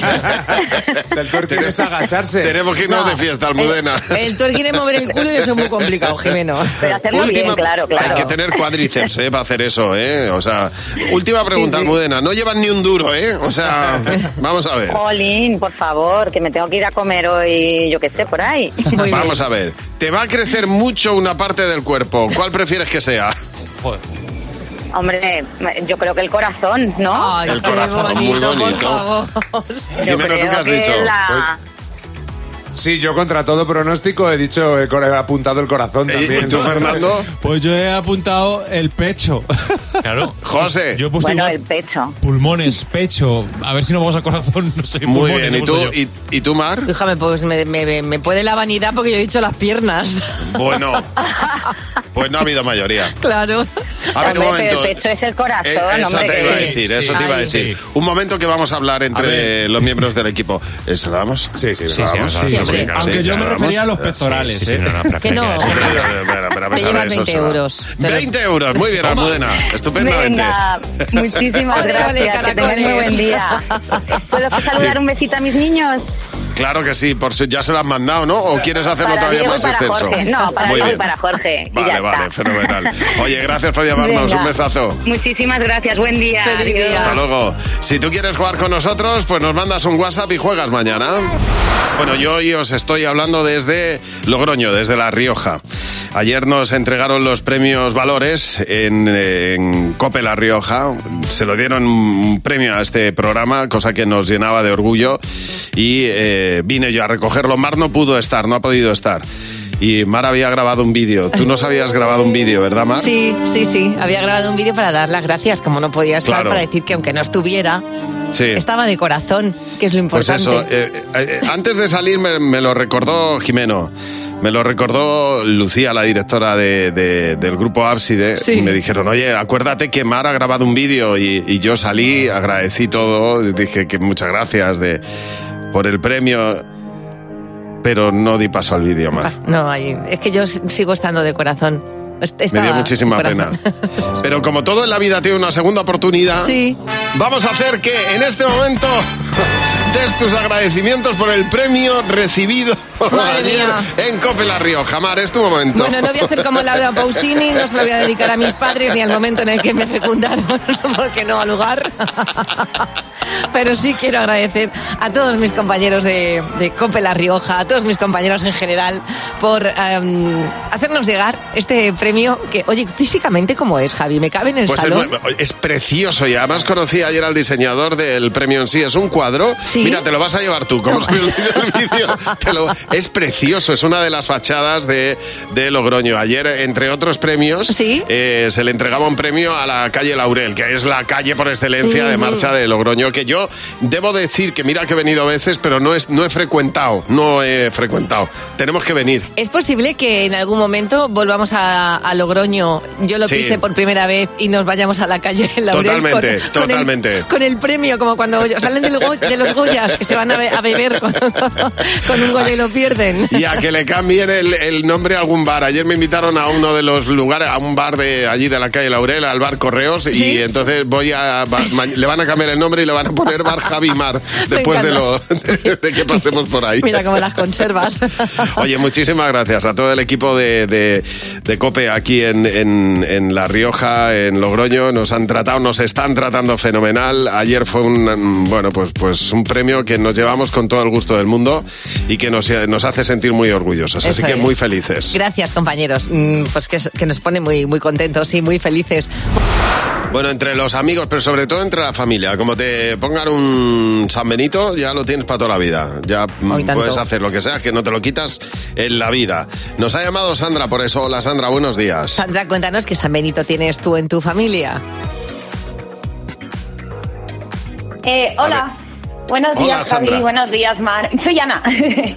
Z: El twerking es agacharse.
C: Tenemos que irnos de fiesta,
D: Eh,
C: Almudena.
D: El twerking es mover el culo y eso es muy complicado, Jimeno.
Z: Pero hacerlo bien, Última- claro,
C: Hay que tener cuadríceps, ¿eh? Para hacer eso, ¿eh? O sea, última pregunta, Almudena. No llevan ni un duro, ¿eh? O sea, vamos a ver.
Y: Jolín, por favor, que me tengo que ir a comer hoy, yo qué sé, por ahí.
C: Vamos a ver. Te va a crecer mucho una parte del cuerpo. ¿Cuál prefieres que sea?
Y: Hombre, yo creo que el corazón, ¿no?
C: El qué corazón, muy bonito, por bonito. favor.
Y: Yo
Z: Jimeno, ¿tú
Y: creo
Z: qué has
Y: que
Z: dicho?
Y: la-
Z: Sí, yo contra todo pronóstico he dicho, he cor- he apuntado el corazón también.
C: tú, Fernando?
Z: Pues yo he apuntado el pecho.
F: Claro.
C: José.
F: Yo he puesto
Y: Bueno,
F: igual
Y: el pecho.
F: pulmones, pecho. A ver si no vamos a corazón, no sé.
C: Muy
F: pulmones,
C: bien. ¿Y
F: he
C: tú,
F: puesto yo.
C: ¿Y, y tú, Mar?
D: Fíjame, pues me, me- me puede la vanidad porque yo he dicho las piernas.
C: Bueno. Pues no ha habido mayoría.
D: Claro.
C: A ver, un
Y: Hombre, pero
C: momento.
Y: el pecho es el corazón,
C: Eh, eso
Y: Ah, hombre.
C: te
Y: que-
C: iba a decir, eso te iba a
Y: Ay.
C: decir. Un momento que vamos a hablar entre los miembros del equipo. Eh, ¿Saludamos? Sí, sí,
F: Sí, sí,
C: saludamos.
F: sí, sí.
C: porque, claro,
F: Aunque
C: sí,
F: yo me
C: saludamos.
F: refería a los pectorales,
C: Sí, sí,
F: ¿eh?
C: no, no, pero
F: Que
C: espera,
F: no.
C: espera, espera, espera, espera,
D: Te
C: espera,
D: llevas
C: eso
D: 20
C: será.
D: euros. Te lo-
C: 20 euros, muy bien, Almudena. Estupendamente. Pues,
Y: Venga, muchísimas
D: Ole, ole,
Y: gracias. Que tengan muy
D: caracoles.
Y: buen día. ¿Puedo saludar un besito a mis niños?
C: Claro que sí, por si ya se lo han mandado, ¿no? ¿O quieres hacerlo
Y: para
C: todavía
Y: Diego y
C: más
Y: para
C: extenso?
Y: Jorge. No, para
C: Muy
Y: Diego y
C: bien.
Y: para Jorge. y ya
C: Vale, vale,
Y: está.
C: fenomenal. Oye, gracias por llamarnos,
Y: Venga.
C: un besazo.
Y: Muchísimas gracias. Buen día. Adiós.
C: Hasta luego. Si tú quieres jugar con nosotros, pues nos mandas un WhatsApp y juegas mañana. Bueno, yo hoy os estoy hablando desde Logroño, desde La Rioja. Ayer nos entregaron los premios Valores en, eh, en Cope La Rioja. Se lo dieron un premio a este programa, cosa que nos llenaba de orgullo. Y eh, vine yo a recogerlo. Mar no pudo estar, no ha podido estar. Y Mar había grabado un vídeo. Tú nos habías grabado un vídeo, ¿verdad, Mar?
D: Sí, sí, sí. Había grabado un vídeo para dar las gracias, como no podía estar,
C: Claro.
D: para decir que aunque no estuviera,
C: Sí.
D: estaba de corazón, que es lo
C: Pues
D: importante.
C: eso, eh, eh, eh, antes de salir me, me lo recordó Jimeno, me lo recordó Lucía, la directora de- de- del grupo Ábside, y me dijeron, oye, acuérdate que Mar ha grabado un vídeo y, y yo salí, agradecí todo, dije que muchas gracias de, por el premio, pero no di paso al vídeo, Mar.
D: No, ahí- es que yo s- sigo estando de corazón. Est-
C: eh. Me
D: estaba
C: dio muchísima
D: de corazón.
C: pena. Pero como todo en la vida tiene una segunda oportunidad,
D: Sí.
C: vamos a hacer que en este momento des tus agradecimientos por el premio recibido
D: Madre
C: ayer
D: mía.
C: en Cope La Rioja. Mar, es tu momento.
D: Bueno, no voy a hacer como Laura Pausini, no se lo voy a dedicar a mis padres ni al momento en el que me fecundaron, porque no al lugar. Pero sí quiero agradecer a todos mis compañeros de, de Cope La Rioja, a todos mis compañeros en general, por em, hacernos llegar este premio que, oye, físicamente cómo es, Javi, me cabe en el
C: Pues es,
D: salón.
C: muy- es precioso y además conocí ayer al diseñador del premio en sí. Es un cuadro. Mira, te lo vas a llevar tú. ¿Cómo se me olvidó el vídeo? Te lo- Es precioso. Es una de las fachadas de, de Logroño. Ayer, entre otros premios, eh, se le entregaba un premio a la calle Laurel, que es la calle por excelencia de
A: Ujú.
C: marcha de Logroño. Que yo debo decir que mira que he venido a veces, pero no, es, no he frecuentado. No he frecuentado. Tenemos que venir.
D: Es posible que en algún momento volvamos a, a Logroño, yo lo
C: Sí.
D: pise por primera vez y nos vayamos a la calle Laurel con-
C: Totalmente,
D: con, el-
C: totalmente.
D: con el premio, como cuando salen del go- de los Goyas, que se van a, be- a beber con, con un Goya y lo pierden.
C: Y a que le cambien el, el nombre a algún bar. Ayer me invitaron a uno de los lugares, a un bar de allí de la calle Laurel, al bar Correos, y entonces voy a va- ma- le van a cambiar el nombre y le van a poner bar Javi Mar después de lo de, de que pasemos por ahí.
D: Mira cómo las conservas.
C: Oye, muchísimas gracias a todo el equipo de, de- de COPE aquí en, en- en La Rioja, en Logroño. Nos han tratado, nos están tratando fenomenal. Ayer fue un, mm, bueno, pues, pues un premio que nos llevamos con todo el gusto del mundo y que nos, nos hace sentir muy orgullosos. Así
D: Eso
C: que
D: es.
C: muy felices.
D: Gracias, compañeros. Mm, Pues que, que nos pone muy, muy contentos y muy felices.
C: Bueno, entre los amigos, pero sobre todo entre la familia. Como te pongan un San Benito, ya lo tienes para toda la vida. Ya mm,
D: Hoy tanto.
C: puedes hacer lo que sea, que no te lo quitas en la vida. Nos ha llamado Sandra, por eso. Hola Sandra, buenos días.
D: Sandra, cuéntanos qué San Benito tienes tú en tu familia.
H: Eh, hola. Buenos
C: Hola,
H: días, Javi.
C: Sandra.
H: Buenos días, Mar. Soy Ana.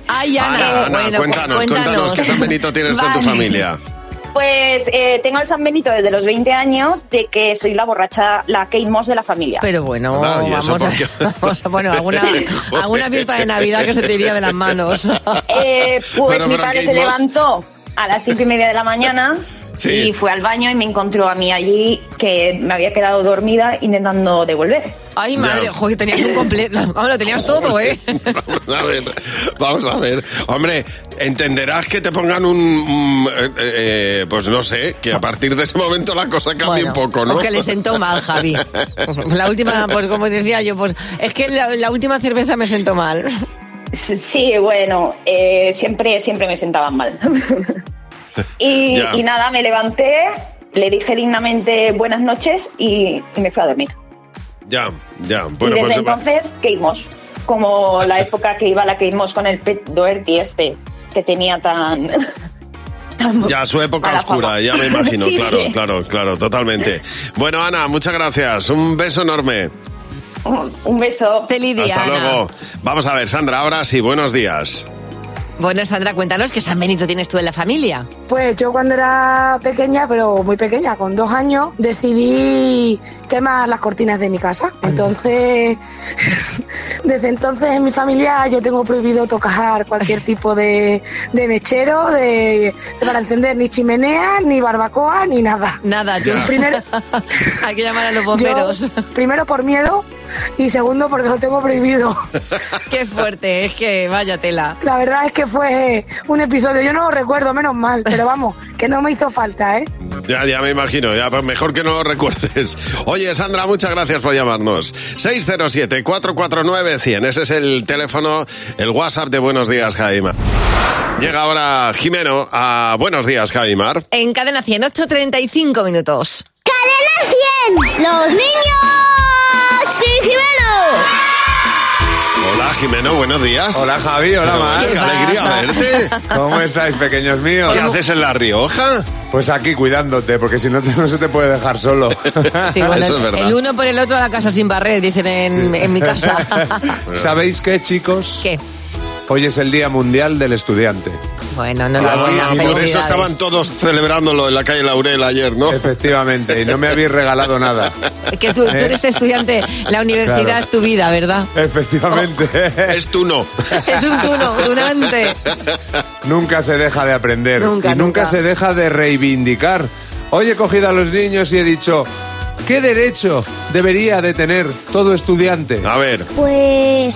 D: Ay, pues
C: Ana, Ana, cuéntanos, cuéntanos, qué San Benito tienes tú en tu
H: Vale.
C: familia.
V: Pues eh, tengo el San Benito desde los 20 años de que soy la borracha, la Kate Moss de la familia.
D: Pero bueno,
V: Anda, Pues ¿y eso
D: vamos,
V: por
D: a,
V: qué?
D: vamos a- bueno, alguna, alguna fiesta de Navidad que se te iría de las manos.
V: Eh, pues
D: Pero,
V: mi
D: pero,
V: padre
D: Kate
V: se
D: Moss.
V: levantó a las cinco y media de la mañana
C: Sí.
V: y fue al baño y me encontró a mí allí que me había quedado dormida intentando devolver.
D: Ay, madre, ojo, que tenías un completo. Vamos, lo tenías todo, ¿eh?
C: Vamos a ver, vamos a ver. Hombre, entenderás que te pongan un... un, eh, eh, pues no sé, que a partir de ese momento la cosa cambia un poco, ¿no?
D: O que le sentó mal, Javi. La última, pues como decía yo, pues es que la, la última cerveza me sentó mal.
V: Sí, bueno, eh, siempre, siempre me sentaban mal. y,
D: Ya.
V: y nada, me levanté, le dije dignamente buenas noches y, y me fui a dormir.
C: Ya, ya.
V: y
C: Bueno,
V: desde
C: pues...
V: entonces, Kate Moss, como la época que iba la Kate Moss con el Pet Doherty este, que tenía tan...
C: Ya, su época oscura, ya me imagino,
V: Sí,
C: claro,
V: sí.
C: claro, claro, totalmente. Bueno, Ana, muchas gracias. Un beso enorme.
V: Un beso.
D: Feliz día,
C: Hasta
D: Ana.
C: luego. Vamos a ver, Sandra, ahora sí, buenos días.
D: Bueno, Sandra, cuéntanos qué San Benito tienes tú en la familia.
A: Pues yo cuando era pequeña, pero muy pequeña, con dos años, decidí quemar las cortinas de mi casa. Entonces, desde entonces en mi familia yo tengo prohibido tocar cualquier tipo de, de mechero, de, de para encender ni chimenea, ni barbacoa, ni nada.
D: Nada,
C: tú.
A: Primero,
D: Hay que llamar a los bomberos.
A: yo, primero por miedo y segundo porque lo tengo prohibido.
D: Qué fuerte, es que vaya tela.
A: La verdad es que fue un episodio, yo no lo recuerdo, menos mal, pero vamos, que no me hizo falta, ¿eh?
C: Ya, ya me imagino, ya pues mejor que no lo recuerdes. Oye, Sandra, muchas gracias por llamarnos. 607-449-100, ese es el teléfono, el WhatsApp de Buenos Días, Jaima. Llega ahora Jimeno a Buenos Días, Jaimar.
D: En cadena 100, 8.35 minutos.
B: ¡Cadena 100! ¡Los niños! ¡Sí,
C: Hola, Jimeno, buenos días.
Z: Hola, Javi, hola,
C: Pero,
Z: Mar.
C: Qué alegría verte.
Z: ¿Cómo estáis, pequeños míos?
C: ¿Qué haces en La Rioja?
Z: Pues aquí cuidándote, porque si no, te- no se te puede dejar solo.
D: Sí, bueno, el- El uno por el otro a la casa sin barrer, dicen en, en mi casa.
Z: ¿Sabéis qué, chicos?
D: ¿Qué?
Z: Hoy es el Día Mundial del Estudiante.
D: Bueno, no,
Z: Ah,
C: y por eso estaban todos celebrándolo en la calle Laurel ayer, ¿no?
Z: Efectivamente, y no me habéis regalado nada.
D: Que tú, tú
Z: Eh,
D: eres estudiante, la universidad
Z: Claro.
D: es tu vida, ¿verdad?
Z: Efectivamente.
C: Oh, Es tú no.
D: Es un turno, durante.
Z: Nunca se deja de aprender.
D: Nunca,
Z: y nunca,
D: nunca.
Z: se deja de reivindicar. Hoy he cogido a los niños y he dicho, ¿qué derecho debería de tener todo estudiante?
C: A ver.
B: Pues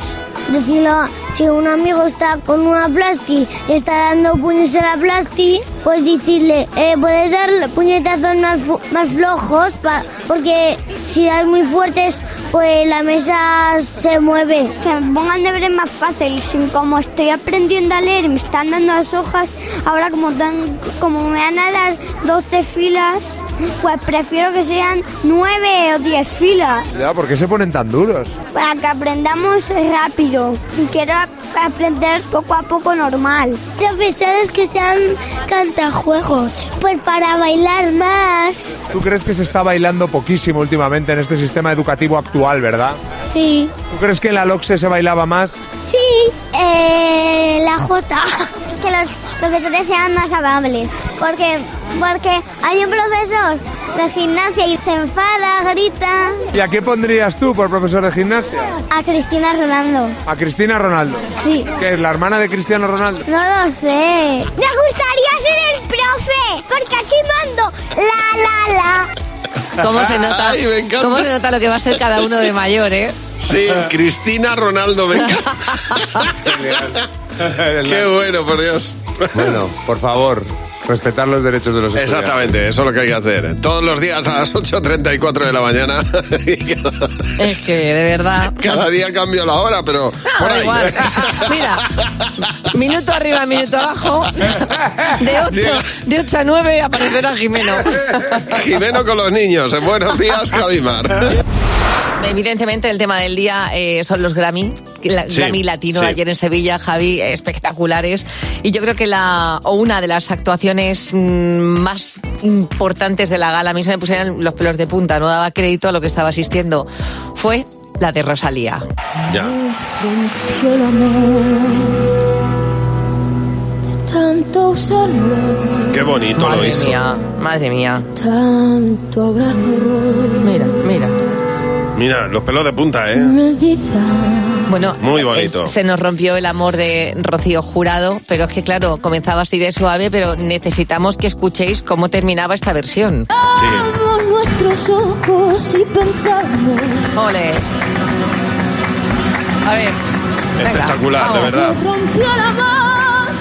B: decirlo, si un amigo está con una plasti y está dando puños a la plasti, pues decirle, eh, puedes dar puñetazos más, fu- más flojos, pa- porque si das muy fuertes, pues la mesa se mueve. Que me pongan deberes más fáciles, como estoy aprendiendo a leer, me están dando las hojas, ahora como, dan- como me van a dar 12 filas, pues prefiero que sean 9 o 10 filas.
Z: Ya, ¿por qué se ponen tan duros?
B: Para que aprendamos rápido. Quiero ap- aprender poco a poco normal. Profesores que sean cantajuegos. Pues para bailar más.
Z: ¿Tú crees que se está bailando poquísimo últimamente en este sistema educativo actual, verdad?
B: Sí.
Z: ¿Tú crees que en la LOCSE se bailaba más?
B: Sí. eh, la J. Que los profesores sean más amables. Porque, porque hay un profesor de gimnasia y se enfada, grita.
Z: ¿Y a qué pondrías tú por profesor de gimnasia?
B: A Cristina Rolando.
Z: A Cristina Ronaldo.
B: Sí.
Z: ¿Que es la hermana de Cristiano Ronaldo?
B: No lo sé. Me gustaría ser el profe, porque así mando la la la.
D: ¿Cómo se nota?
C: Ay, me encanta.
D: ¿Cómo se nota lo que va a ser cada uno de mayor, eh?
C: Sí, Cristina Ronaldo, venga. Qué bueno, por Dios.
Z: Bueno, por favor, respetar los derechos de los
C: Exactamente, eso es lo que hay que hacer. Todos los días a las 8.34 de la mañana. Y cada-
D: Es que, de verdad.
C: Cada día cambio la hora, pero... por
D: da
C: ahí.
D: Ah, igual. Mira, minuto arriba, minuto abajo. De 8, de ocho a 9 aparecerá Jimeno.
C: Jimeno con los niños. En buenos días, Javimar.
D: Evidentemente, el tema del día eh, son los Grammy. la-
C: Sí,
D: Grammy Latino
C: sí.
D: ayer en Sevilla, Javi, espectaculares. Y yo creo que la o una de las actuaciones mm, más importantes de la gala, a mí se me pusieron los pelos de punta, no daba crédito a lo que estaba asistiendo, fue la de Rosalía.
B: Rompió el amor de tanto usarlo.
C: Qué bonito lo
D: Madre
C: hizo.
D: mía, madre mía.
G: Tanto abrazo
D: Mira, mira.
C: Mira, los pelos de punta, ¿eh?
D: Bueno, eh,
C: Muy bonito.
D: se nos rompió el amor de Rocío Jurado, pero es que claro, comenzaba así de suave, pero necesitamos que escuchéis cómo terminaba esta versión.
G: Abro nuestros ojos y pensamos.
D: Ole. A ver. venga,
C: Espectacular, de
D: vamos.
C: verdad.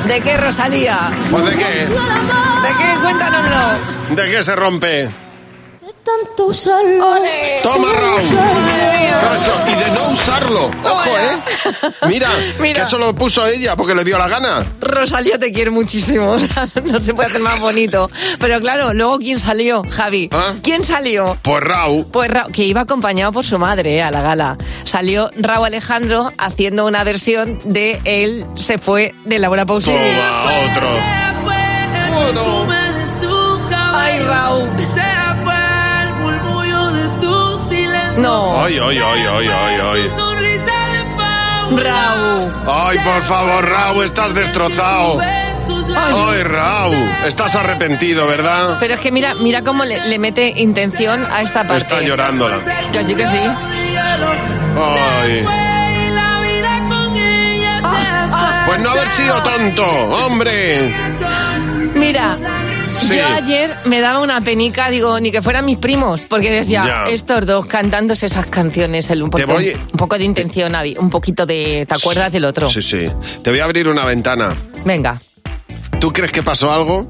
D: ¿De qué, Rosalía?
C: Pues de qué,
D: ¿De qué? Cuéntanoslo.
C: de qué se rompe.
G: Tanto usarlo.
C: Toma Raúl.
G: Madre mía.
C: Eso, y de no usarlo.
D: Oh,
C: Ojo, ¿eh? Mira, que eso lo puso ella porque le dio la gana.
D: Rosalía te quiere muchísimo, o sea, no se puede hacer más bonito. Pero claro, luego ¿quién salió, Javi? ¿Quién salió?
C: ¿Ah? Pues Raúl.
D: Pues Ra- que iba acompañado por su madre eh, a la gala. Salió Raúl Alejandro haciendo una versión de Él se fue de Laura Pausini.
C: Toma, otro.
D: Ay, Raúl. No.
C: Ay, ay, ay, ay, ay, ay.
D: Raúl.
C: Ay, por favor, Raúl, estás destrozado. Ay, Raúl, estás arrepentido, ¿verdad?
D: Pero es que mira, mira cómo le, le mete intención a esta parte.
C: Está llorándola.
D: Que sí, que sí.
C: Ay. Pues no haber sido tonto, hombre.
D: Mira,
C: Sí.
D: yo ayer me daba una penica, digo, ni que fueran mis primos, porque decía,
C: Ya.
D: estos dos cantándose esas canciones, el un, poco,
C: voy-
D: un poco de intención, había, un poquito de, ¿te acuerdas del otro?
C: Sí, sí. Te voy a abrir una ventana.
D: Venga.
C: ¿Tú crees que pasó algo?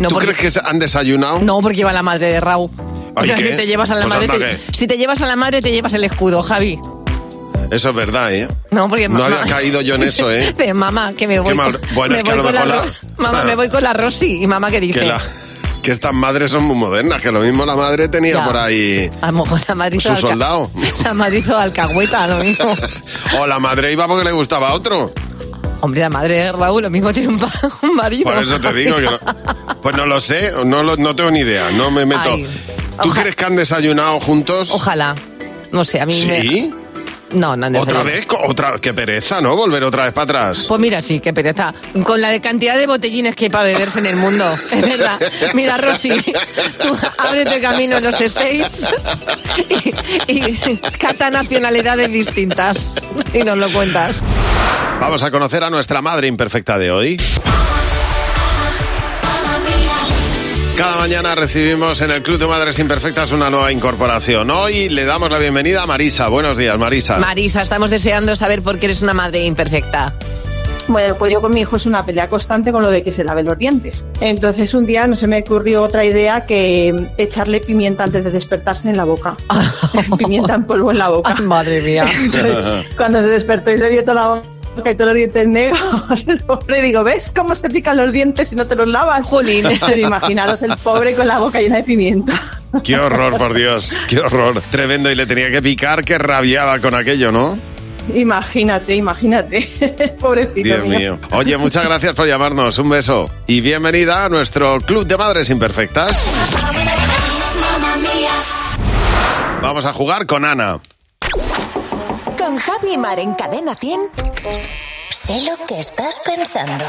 D: No,
C: ¿Tú
D: porque-
C: crees que se- han desayunado?
D: No, porque iba la madre de Raúl. O
C: Ay,
D: sea,
C: ¿qué?
D: si te llevas a la
C: Pues
D: madre,
C: anda
D: te- si te llevas a la madre te llevas el escudo, Javi.
C: Eso es verdad, ¿eh?
D: No, porque
C: No
D: mamá-
C: había caído yo en eso, ¿eh?
D: De mamá, que me voy.
C: mal-
D: con-
C: bueno,
D: me
C: es que
D: voy
C: a lo
D: con
C: mejor
D: la
C: la-
D: Ro- Mamá,
C: Ah.
D: me voy con la Rosy. Y mamá, ¿qué dice?
C: Que, la- que estas madres son muy modernas, que lo mismo la madre tenía
D: Ya.
C: por ahí.
D: A lo mejor la madre hizo
C: Su
D: alca-
C: Pues soldado.
D: La madre hizo alcahueta, lo mismo.
C: O la madre iba porque le gustaba a otro.
D: Hombre, la madre de Raúl, lo mismo tiene un, pa- un marido.
C: Por eso te digo que no- Pues no lo sé, no, lo- no tengo ni idea, no me meto.
D: Ay,
C: ¿Tú crees que han desayunado juntos?
D: Ojalá. No sé, a mí
C: ¿Sí?
D: me. No, no han
C: ¿Otra
D: desayunado.
C: vez? Co- Otra... Qué pereza, ¿no? Volver otra vez para atrás.
D: Pues mira, sí, qué pereza. Con la de cantidad de botellines que hay para beberse en el mundo. Es verdad. Mira, Rosy, tú ábrete camino en los States y, y cata nacionalidades distintas. Y nos lo cuentas.
C: Vamos a conocer a nuestra madre imperfecta de hoy. Cada mañana recibimos en el Club de Madres Imperfectas una nueva incorporación. Hoy le damos la bienvenida a Marisa. Buenos días, Marisa.
D: Marisa, estamos deseando saber por qué eres una madre imperfecta.
I: Bueno, pues yo con mi hijo es una pelea constante con lo de que se lave los dientes. Entonces un día no se me ocurrió otra idea que echarle pimienta antes de despertarse en la boca.
C: Ah,
I: pimienta en polvo en la boca.
D: madre mía.
I: Cuando se despertó y se vio toda la boca y todos los dientes negros, el pobre digo, ¿ves cómo se pican los dientes si no te los lavas?
D: Jolín.
I: Pero imaginaros el pobre con la boca llena de pimienta.
C: Qué horror, por Dios. Qué horror. Tremendo. Y le tenía que picar, que rabiaba con aquello, ¿no?
I: Imagínate, imagínate. Pobrecito
C: Dios
I: mío.
C: mío. Oye, muchas gracias por llamarnos. Un beso. Y bienvenida a nuestro Club de Madres Imperfectas. Vamos a jugar con Ana.
X: Con Javi y Mar en Cadena 100. Sé lo que estás pensando.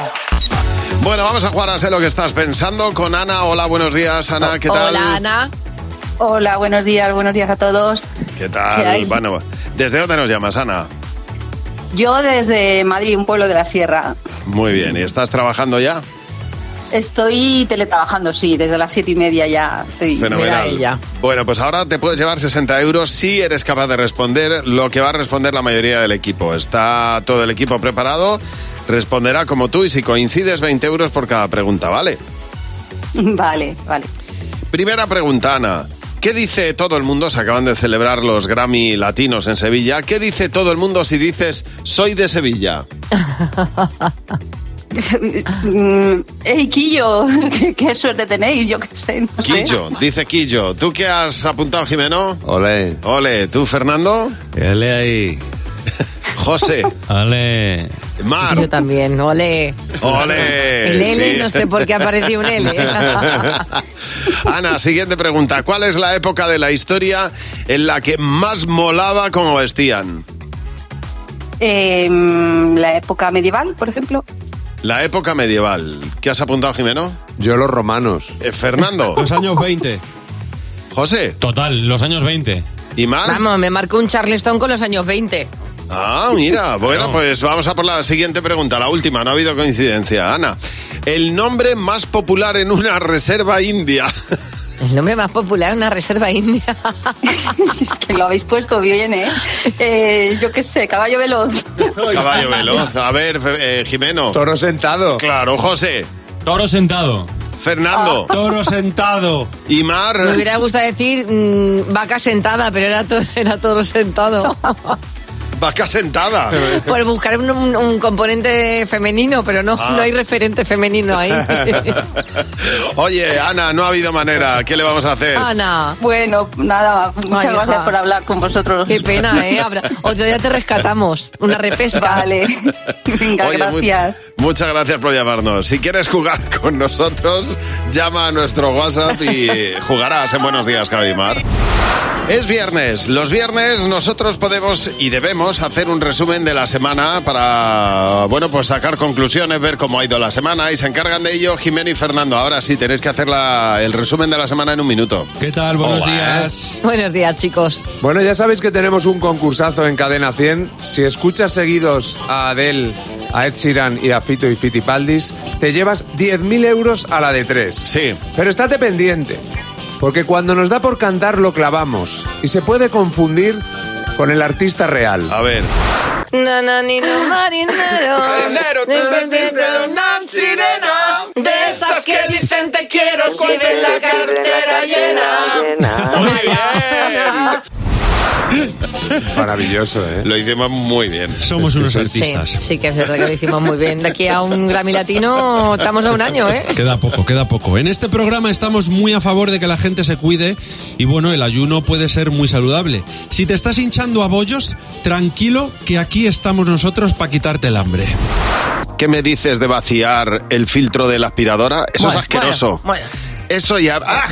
C: Bueno, vamos a jugar a sé lo que estás pensando con Ana. Hola, buenos días, Ana. ¿Qué tal?
D: Ana.
J: Hola, buenos días, buenos días a todos.
C: ¿Qué
J: ¿Qué
C: tal?
J: hay?
C: Bueno, ¿desde dónde nos llamas, Ana?
J: Yo desde Madrid, un pueblo de la sierra,
C: Muy bien. ¿Y estás trabajando ya?
J: estoy teletrabajando, sí, desde las siete y media ya estoy.
C: Fenomenal. Bueno, pues ahora te puedes llevar 60 euros si eres capaz de responder lo que va a responder la mayoría del equipo. Está todo el equipo preparado, responderá como tú y si coincides 20 euros por cada pregunta, ¿vale?
J: Vale, vale.
C: Primera pregunta, Ana. ¿Qué dice todo el mundo? Se acaban de celebrar los Grammy Latinos en Sevilla. ¿Qué dice todo el mundo si dices soy de Sevilla?
J: Mm, ¡Ey, Quillo! ¿Qué, qué suerte tenéis! Yo qué sé, no sé.
C: Quillo, dice Quillo. ¿Tú qué has apuntado, Jimeno? Ole. Ole. ¿Tú, Fernando?
F: Dale ahí.
C: José.
F: Dale.
C: Mar.
D: Yo también, ole.
C: Ole.
D: El L,
C: Sí.
D: no sé por qué apareció un L.
C: Ana, siguiente pregunta. ¿Cuál es la época de la historia en la que más molaba como vestían?
J: em, Eh, mm, la época medieval, por ejemplo.
C: La época medieval. ¿Qué has apuntado, Jimeno?
Z: Yo los romanos.
C: Eh, Fernando.
F: Los años 20.
C: José.
F: Total, los años 20.
C: ¿Y más?
D: Vamos, me marcó un Charleston con los años 20.
C: Ah, mira. Bueno,
D: Claro.
C: pues vamos a por la siguiente pregunta, la última. No ha habido coincidencia, Ana. El nombre más popular en una reserva india.
D: El nombre más popular es una reserva india.
J: es que lo habéis puesto bien, ¿eh? Eh, yo qué sé, caballo veloz.
C: Caballo veloz. A ver, Fe- eh, Jimeno.
Z: Toro sentado.
C: Claro, José.
F: Toro sentado.
C: Fernando.
F: Toro sentado.
C: Y Mar.
D: Ah. Me hubiera gustado decir mm, vaca sentada, pero era, to- era todo sentado.
C: Vaca sentada.
D: Por buscar un, un- un componente femenino, pero no,
C: Ah.
D: no hay referente femenino ahí.
C: Oye, Ana, no ha habido manera. ¿Qué le vamos a hacer?
D: Ana.
J: Bueno, nada, muchas
D: Ay,
J: gracias
D: hija.
J: por hablar con vosotros.
D: Qué pena, ¿eh? Habrá- Otro día te rescatamos. Una repesca.
J: Vale. Venga,
C: Oye, mu-
J: gracias.
C: muchas gracias por llamarnos. Si quieres jugar con nosotros, llama a nuestro WhatsApp y jugarás en Buenos Días, Cabimar. Es viernes. Los viernes nosotros podemos y debemos hacer un resumen de la semana para, bueno, pues sacar conclusiones, ver cómo ha ido la semana y se encargan de ello Jimeno y Fernando. Ahora sí, tenéis que hacer la- el resumen de la semana en un minuto.
F: ¿Qué tal?
Z: Buenos
F: días.
D: Buenos días, chicos.
Z: ¿eh? Bueno, ya sabéis que tenemos un concursazo en Cadena 100. Si escuchas seguidos a Adele, a Ed Sheeran y a Fito y Fitipaldis, te llevas 10.000 euros a la de tres.
C: Sí.
Z: Pero estate pendiente, porque cuando nos da por cantar lo clavamos y se puede confundir con el artista real.
C: A ver.
G: Nananino marinero.
Z: Marinero, tú
G: te
Z: vendiste
G: vendiste una sirena. De esas que dicen te quiero si ven la cartera llena. Muy bien.
Z: Maravilloso, ¿eh?
C: Lo hicimos muy bien.
F: Somos unos artistas.
D: Sí, sí que es verdad que lo hicimos muy bien. De aquí a un Grammy Latino estamos a un año, ¿eh?
F: Queda poco, queda poco. En este programa estamos muy a favor de que la gente se cuide y bueno, el ayuno puede ser muy saludable. Si te estás hinchando a bollos, tranquilo que aquí estamos nosotros para quitarte el hambre.
C: ¿Qué me dices de vaciar el filtro de la aspiradora? Eso es asqueroso.
D: Bueno,
C: Eso ya. ¡Ah!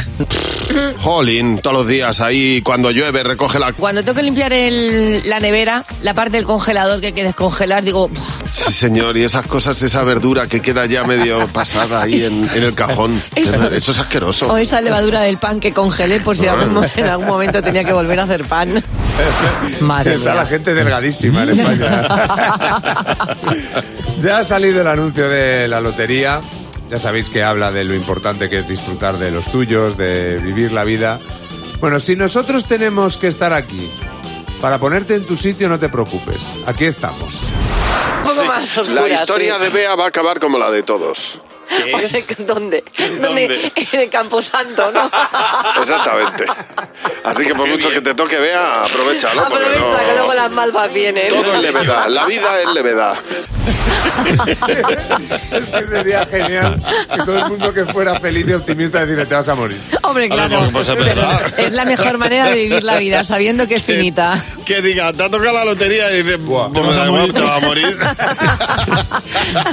C: Jolín, todos los días ahí cuando llueve recoge la.
D: cuando tengo que limpiar el- la nevera, la parte del congelador que hay que descongelar, digo,
C: Sí, señor, y esas cosas, esa verdura que queda ya medio pasada ahí en, en el cajón.
D: Eso-
C: Eso es asqueroso.
D: o esa levadura del pan que congelé por
C: Ah.
D: si algún mo- en algún momento tenía que volver a hacer pan. Madre
Z: Está
D: mía.
Z: la gente delgadísima en España. ya ha salido el anuncio de la lotería. Ya sabéis que habla de lo importante que es disfrutar de los tuyos, de vivir la vida. Bueno, si nosotros tenemos que estar aquí para ponerte en tu sitio, no te preocupes. Aquí estamos.
C: Sí, la historia de Bea va a acabar como la de todos.
D: ¿Dónde?
C: ¿Dónde? Pues
D: En el Camposanto, ¿no?
C: Exactamente. Así que por mucho que te toque, Bea, aprovechalo. porque no-
D: las malvas vienen.
C: Todo es levedad, la vida es levedad.
Z: Es que sería genial que todo el mundo que fuera feliz y optimista decirle te vas a morir.
D: Hombre, claro. Es la mejor manera de vivir la vida, sabiendo que es finita.
C: Que diga, te ha tocado la lotería y dices, pues me da igual, te vas a morir.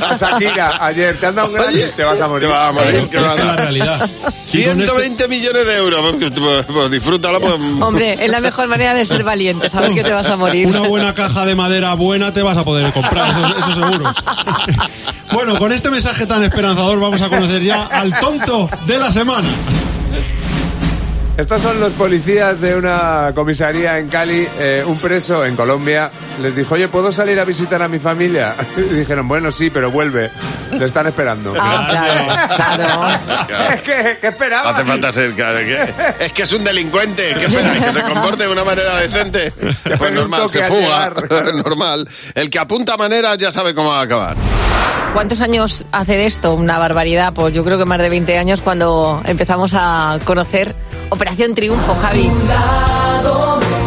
Z: Pues A Shakira, ayer te han dado un gran te vas a morir.
C: Te vas a morir.
Z: Te vas a-
F: Esta es la realidad. Y con este- esto-
C: 120 millones de euros. Pues, pues, pues, disfrútalo. pues,
D: Hombre, es la mejor manera de ser valiente, saber que te vas a morir.
F: Una buena caja de madera buena te vas a poder comprar, eso, eso seguro. Bueno, con este mensaje tan esperanzador vamos a conocer ya al tonto de la semana.
Z: Estos son los policías de una comisaría en Cali. Eh, un preso en Colombia les dijo, oye, ¿puedo salir a visitar a mi familia? Y dijeron, bueno, sí, pero vuelve. Le están esperando. Es que, ¿qué esperaba?
C: Hace falta ser, claro, que- es que es un delincuente. ¿Qué esperas? ¿Que se comporte de una manera decente? Pues normal,
Z: toque
C: se
Z: al
C: fuga. normal. El que apunta maneras ya sabe cómo va a acabar.
D: ¿Cuántos años hace de esto? Una barbaridad, pues yo creo que más de 20 años cuando empezamos a conocer Operación Triunfo, Javi.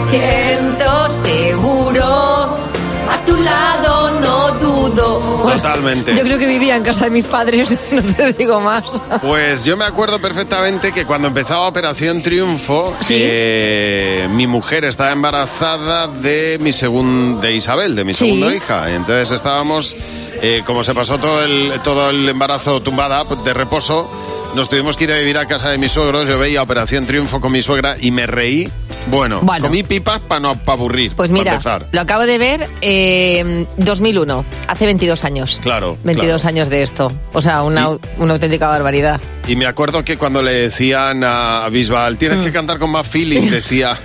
G: Siento seguro. A tu lado no dudo.
C: Totalmente.
D: Yo creo que vivía en casa de mis padres, no te digo más.
C: Pues yo me acuerdo perfectamente que cuando empezaba Operación Triunfo, eh, mi mujer estaba embarazada de mi segunda de Isabel, de mi
D: Sí.
C: segunda hija. Entonces estábamos, eh, como se pasó todo el, todo el embarazo tumbada pues, de reposo, nos tuvimos que ir a vivir a casa de mis suegros. Yo veía Operación Triunfo con mi suegra y me reí Bueno,
D: Bueno.
C: comí pipas para no pa' aburrir.
D: Pues
C: pa'
D: mira,
C: empezar.
D: lo acabo de ver, eh, 2001, hace 22 años.
C: Claro.
D: 22
C: claro.
D: años de esto. O sea, una, una auténtica barbaridad.
C: Y me acuerdo que cuando le decían a Bisbal, tienes
D: Mm.
C: que cantar con más feeling, decía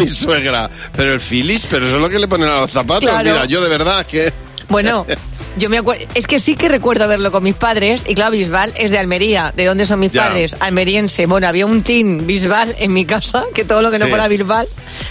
C: mi suegra. Pero el filis, pero eso es lo que le ponen a los zapatos.
D: Claro.
C: Mira, yo de verdad es que.
D: Bueno, yo me acuerdo. Es que sí que recuerdo verlo con mis padres. Y claro, Bisbal es de Almería. ¿De dónde son mis
C: Ya.
D: padres? Almeriense. Bueno, había un team Bisbal en mi casa, que todo lo que no
C: Sí.
D: fuera Bisbal,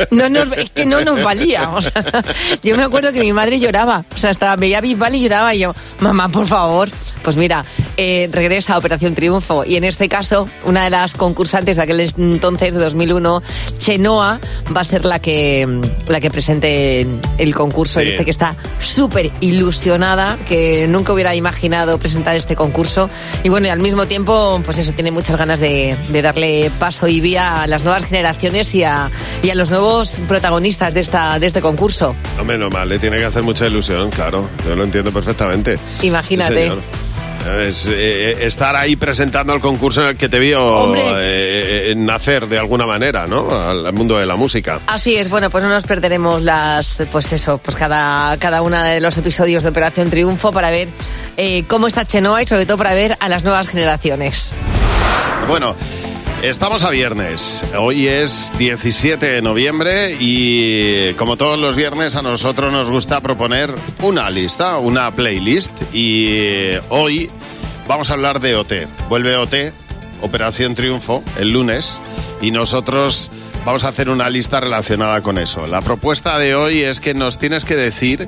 D: no nos, es que no nos valía. O sea, yo me acuerdo que mi madre lloraba. O sea, hasta veía a Bisbal y lloraba. Y yo, mamá, por favor. Pues mira, eh, regresa a Operación Triunfo. Y en este caso, una de las concursantes de aquel entonces, de 2001, Chenoa, va a ser la que, la que presente el concurso.
K: Sí.
D: Y dice que está súper ilusionada, que nunca hubiera imaginado presentar este concurso. Y bueno, y al mismo tiempo, pues eso, tiene muchas ganas de, de darle paso y vía a las nuevas generaciones y a, y a los nuevos protagonistas de, esta, de este concurso.
C: No menos mal, le tiene que hacer mucha ilusión, claro. Yo lo entiendo perfectamente.
D: Imagínate.
C: Sí, señor. Es, eh, estar ahí presentando el concurso en el que te vio
D: Hombre.
C: eh, eh, nacer de alguna manera, ¿no? Al al mundo de la música.
D: Así es, bueno, pues no nos perderemos las, pues eso, pues cada, cada una de los episodios de Operación Triunfo para ver eh, cómo está Chenoa y sobre todo para ver a las nuevas generaciones.
C: Bueno, estamos a viernes. Hoy es 17 de noviembre y como todos los viernes a nosotros nos gusta proponer una lista, una playlist y eh, hoy vamos a hablar de OT. Vuelve OT, Operación Triunfo, el lunes y nosotros vamos a hacer una lista relacionada con eso. La propuesta de hoy es que nos tienes que decir...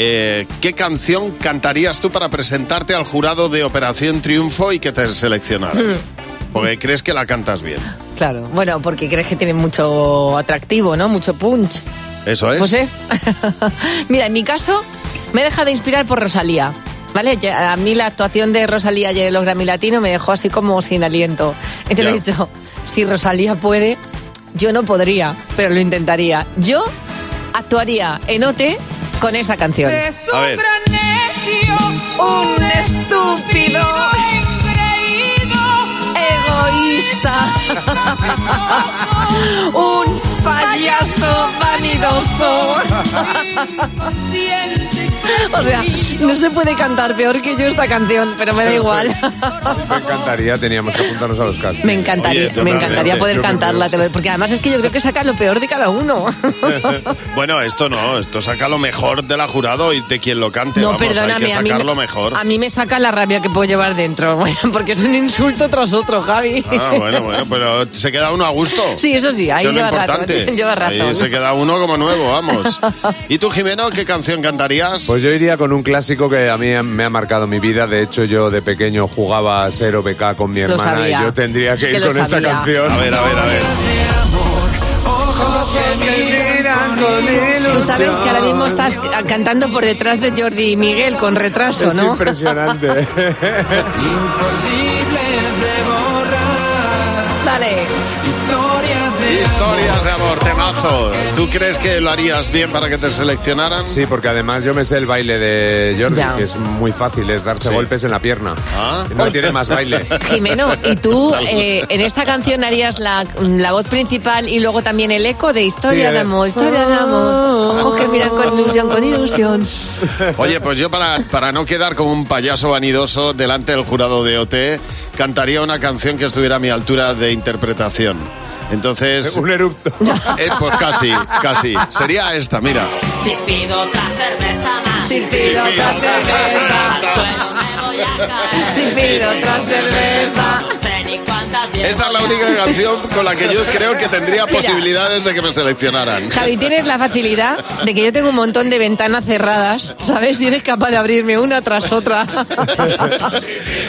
C: eh, ¿Qué canción cantarías tú para presentarte al jurado de Operación Triunfo y que te seleccionaran?
D: Mm.
C: Porque crees que la cantas bien.
D: Claro, bueno, porque crees que tiene mucho atractivo, ¿no? Mucho punch.
C: Eso es.
D: Pues es. Mira, en mi caso me he dejado inspirar por Rosalía. ¿Vale? Ya- A mí la actuación de Rosalía ayer en los Grammy Latino me dejó así como sin aliento. Entonces he dicho, si Rosalía puede, yo no podría, pero lo intentaría. Yo actuaría en OT con esa canción.
G: Es un gran necio, un estúpido, engreído,
D: egoísta,
G: un payaso vanidoso.
D: O sea, no se puede cantar peor que yo esta canción, pero me da igual.
Z: Me encantaría, teníamos que apuntarnos a los casos.
D: Me encantaría, me encantaría poder cantarla, te lo- porque además es que yo creo que saca lo peor de cada uno.
C: Bueno, esto no, esto saca lo mejor de la jurado y de quien lo cante.
D: No,
C: vamos,
D: perdóname,
C: hay que
D: a mí
C: sacar
D: me-
C: lo mejor.
D: A mí me saca la rabia que puedo llevar dentro, porque es un insulto tras otro, Javi.
C: Ah, bueno, bueno, pero se queda uno a gusto.
D: Sí, eso sí, ahí
C: Que es lo
D: lleva razón,
C: importante.
D: lleva razón.
C: Ahí se queda uno como nuevo, vamos. ¿Y tú, Jimeno, qué canción cantarías?
Z: Pues yo iría con un clásico que a mí me ha marcado mi vida. De hecho, yo de pequeño jugaba a ser OBK con mi
G: Lo
Z: hermana
G: sabía.
Z: y yo tendría
G: Es
Z: que
G: que
Z: ir
G: lo
Z: con esta
G: sabía.
Z: canción.
G: A ver, a ver, a ver.
Z: Ojos que me miran con
D: Tú sabes
Z: ilusión.
D: que ahora mismo estás cantando por detrás de Jordi y Miguel con retraso,
Z: Es
D: ¿no?
Z: impresionante.
D: Dale.
G: Historias de
C: Historias de amor, temazo. ¿Tú crees que lo harías bien para que te seleccionaran?
Z: Sí, porque además yo me sé el baile de Jordi, que es muy fácil, es darse
C: Sí. Ah.
Z: golpes en la pierna. No tiene más baile.
D: Jimeno, ¿y tú eh, en esta canción harías la, la voz principal y luego también el eco de
Z: Sí, a
D: Historia
Z: ver.
D: de amor, Historia de amor? Ojos que miran con ilusión, con ilusión.
C: Oye, pues yo para, para no quedar como un payaso vanidoso delante del jurado de OT, cantaría una canción que estuviera a mi altura de interpretación. Entonces...
Z: Un erupto.
C: pues casi, casi. Sería esta, mira.
G: Si pido otra cerveza más. Si pido otra cerveza. al suelo me voy a caer. Si pido otra cerveza. No sé ni cuántas llevo
C: Esta es la
G: ya.
C: única canción con la que yo creo que tendría
D: Mira.
C: posibilidades de que me seleccionaran.
D: Javi, tienes la facilidad de que yo tengo un montón de ventanas cerradas, ¿sabes? Y eres capaz de abrirme una tras otra.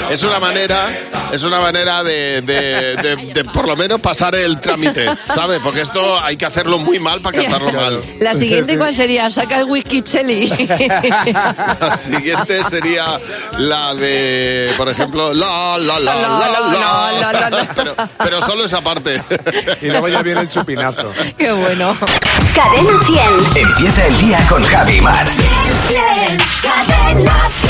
C: Es una manera, es una manera de, de- de- de por lo menos pasar el trámite, ¿sabes? Porque esto hay que hacerlo muy mal para cantarlo mal.
D: La siguiente, ¿cuál sería? Saca el whisky chelly.
C: La siguiente sería la de, por ejemplo, la, la, la, la, la, Pero, pero solo esa parte.
Z: Y luego ya viene el chupinazo.
D: Qué bueno.
L: Cadena 100. Empieza el día con Javi Mar.
G: Cadena 100.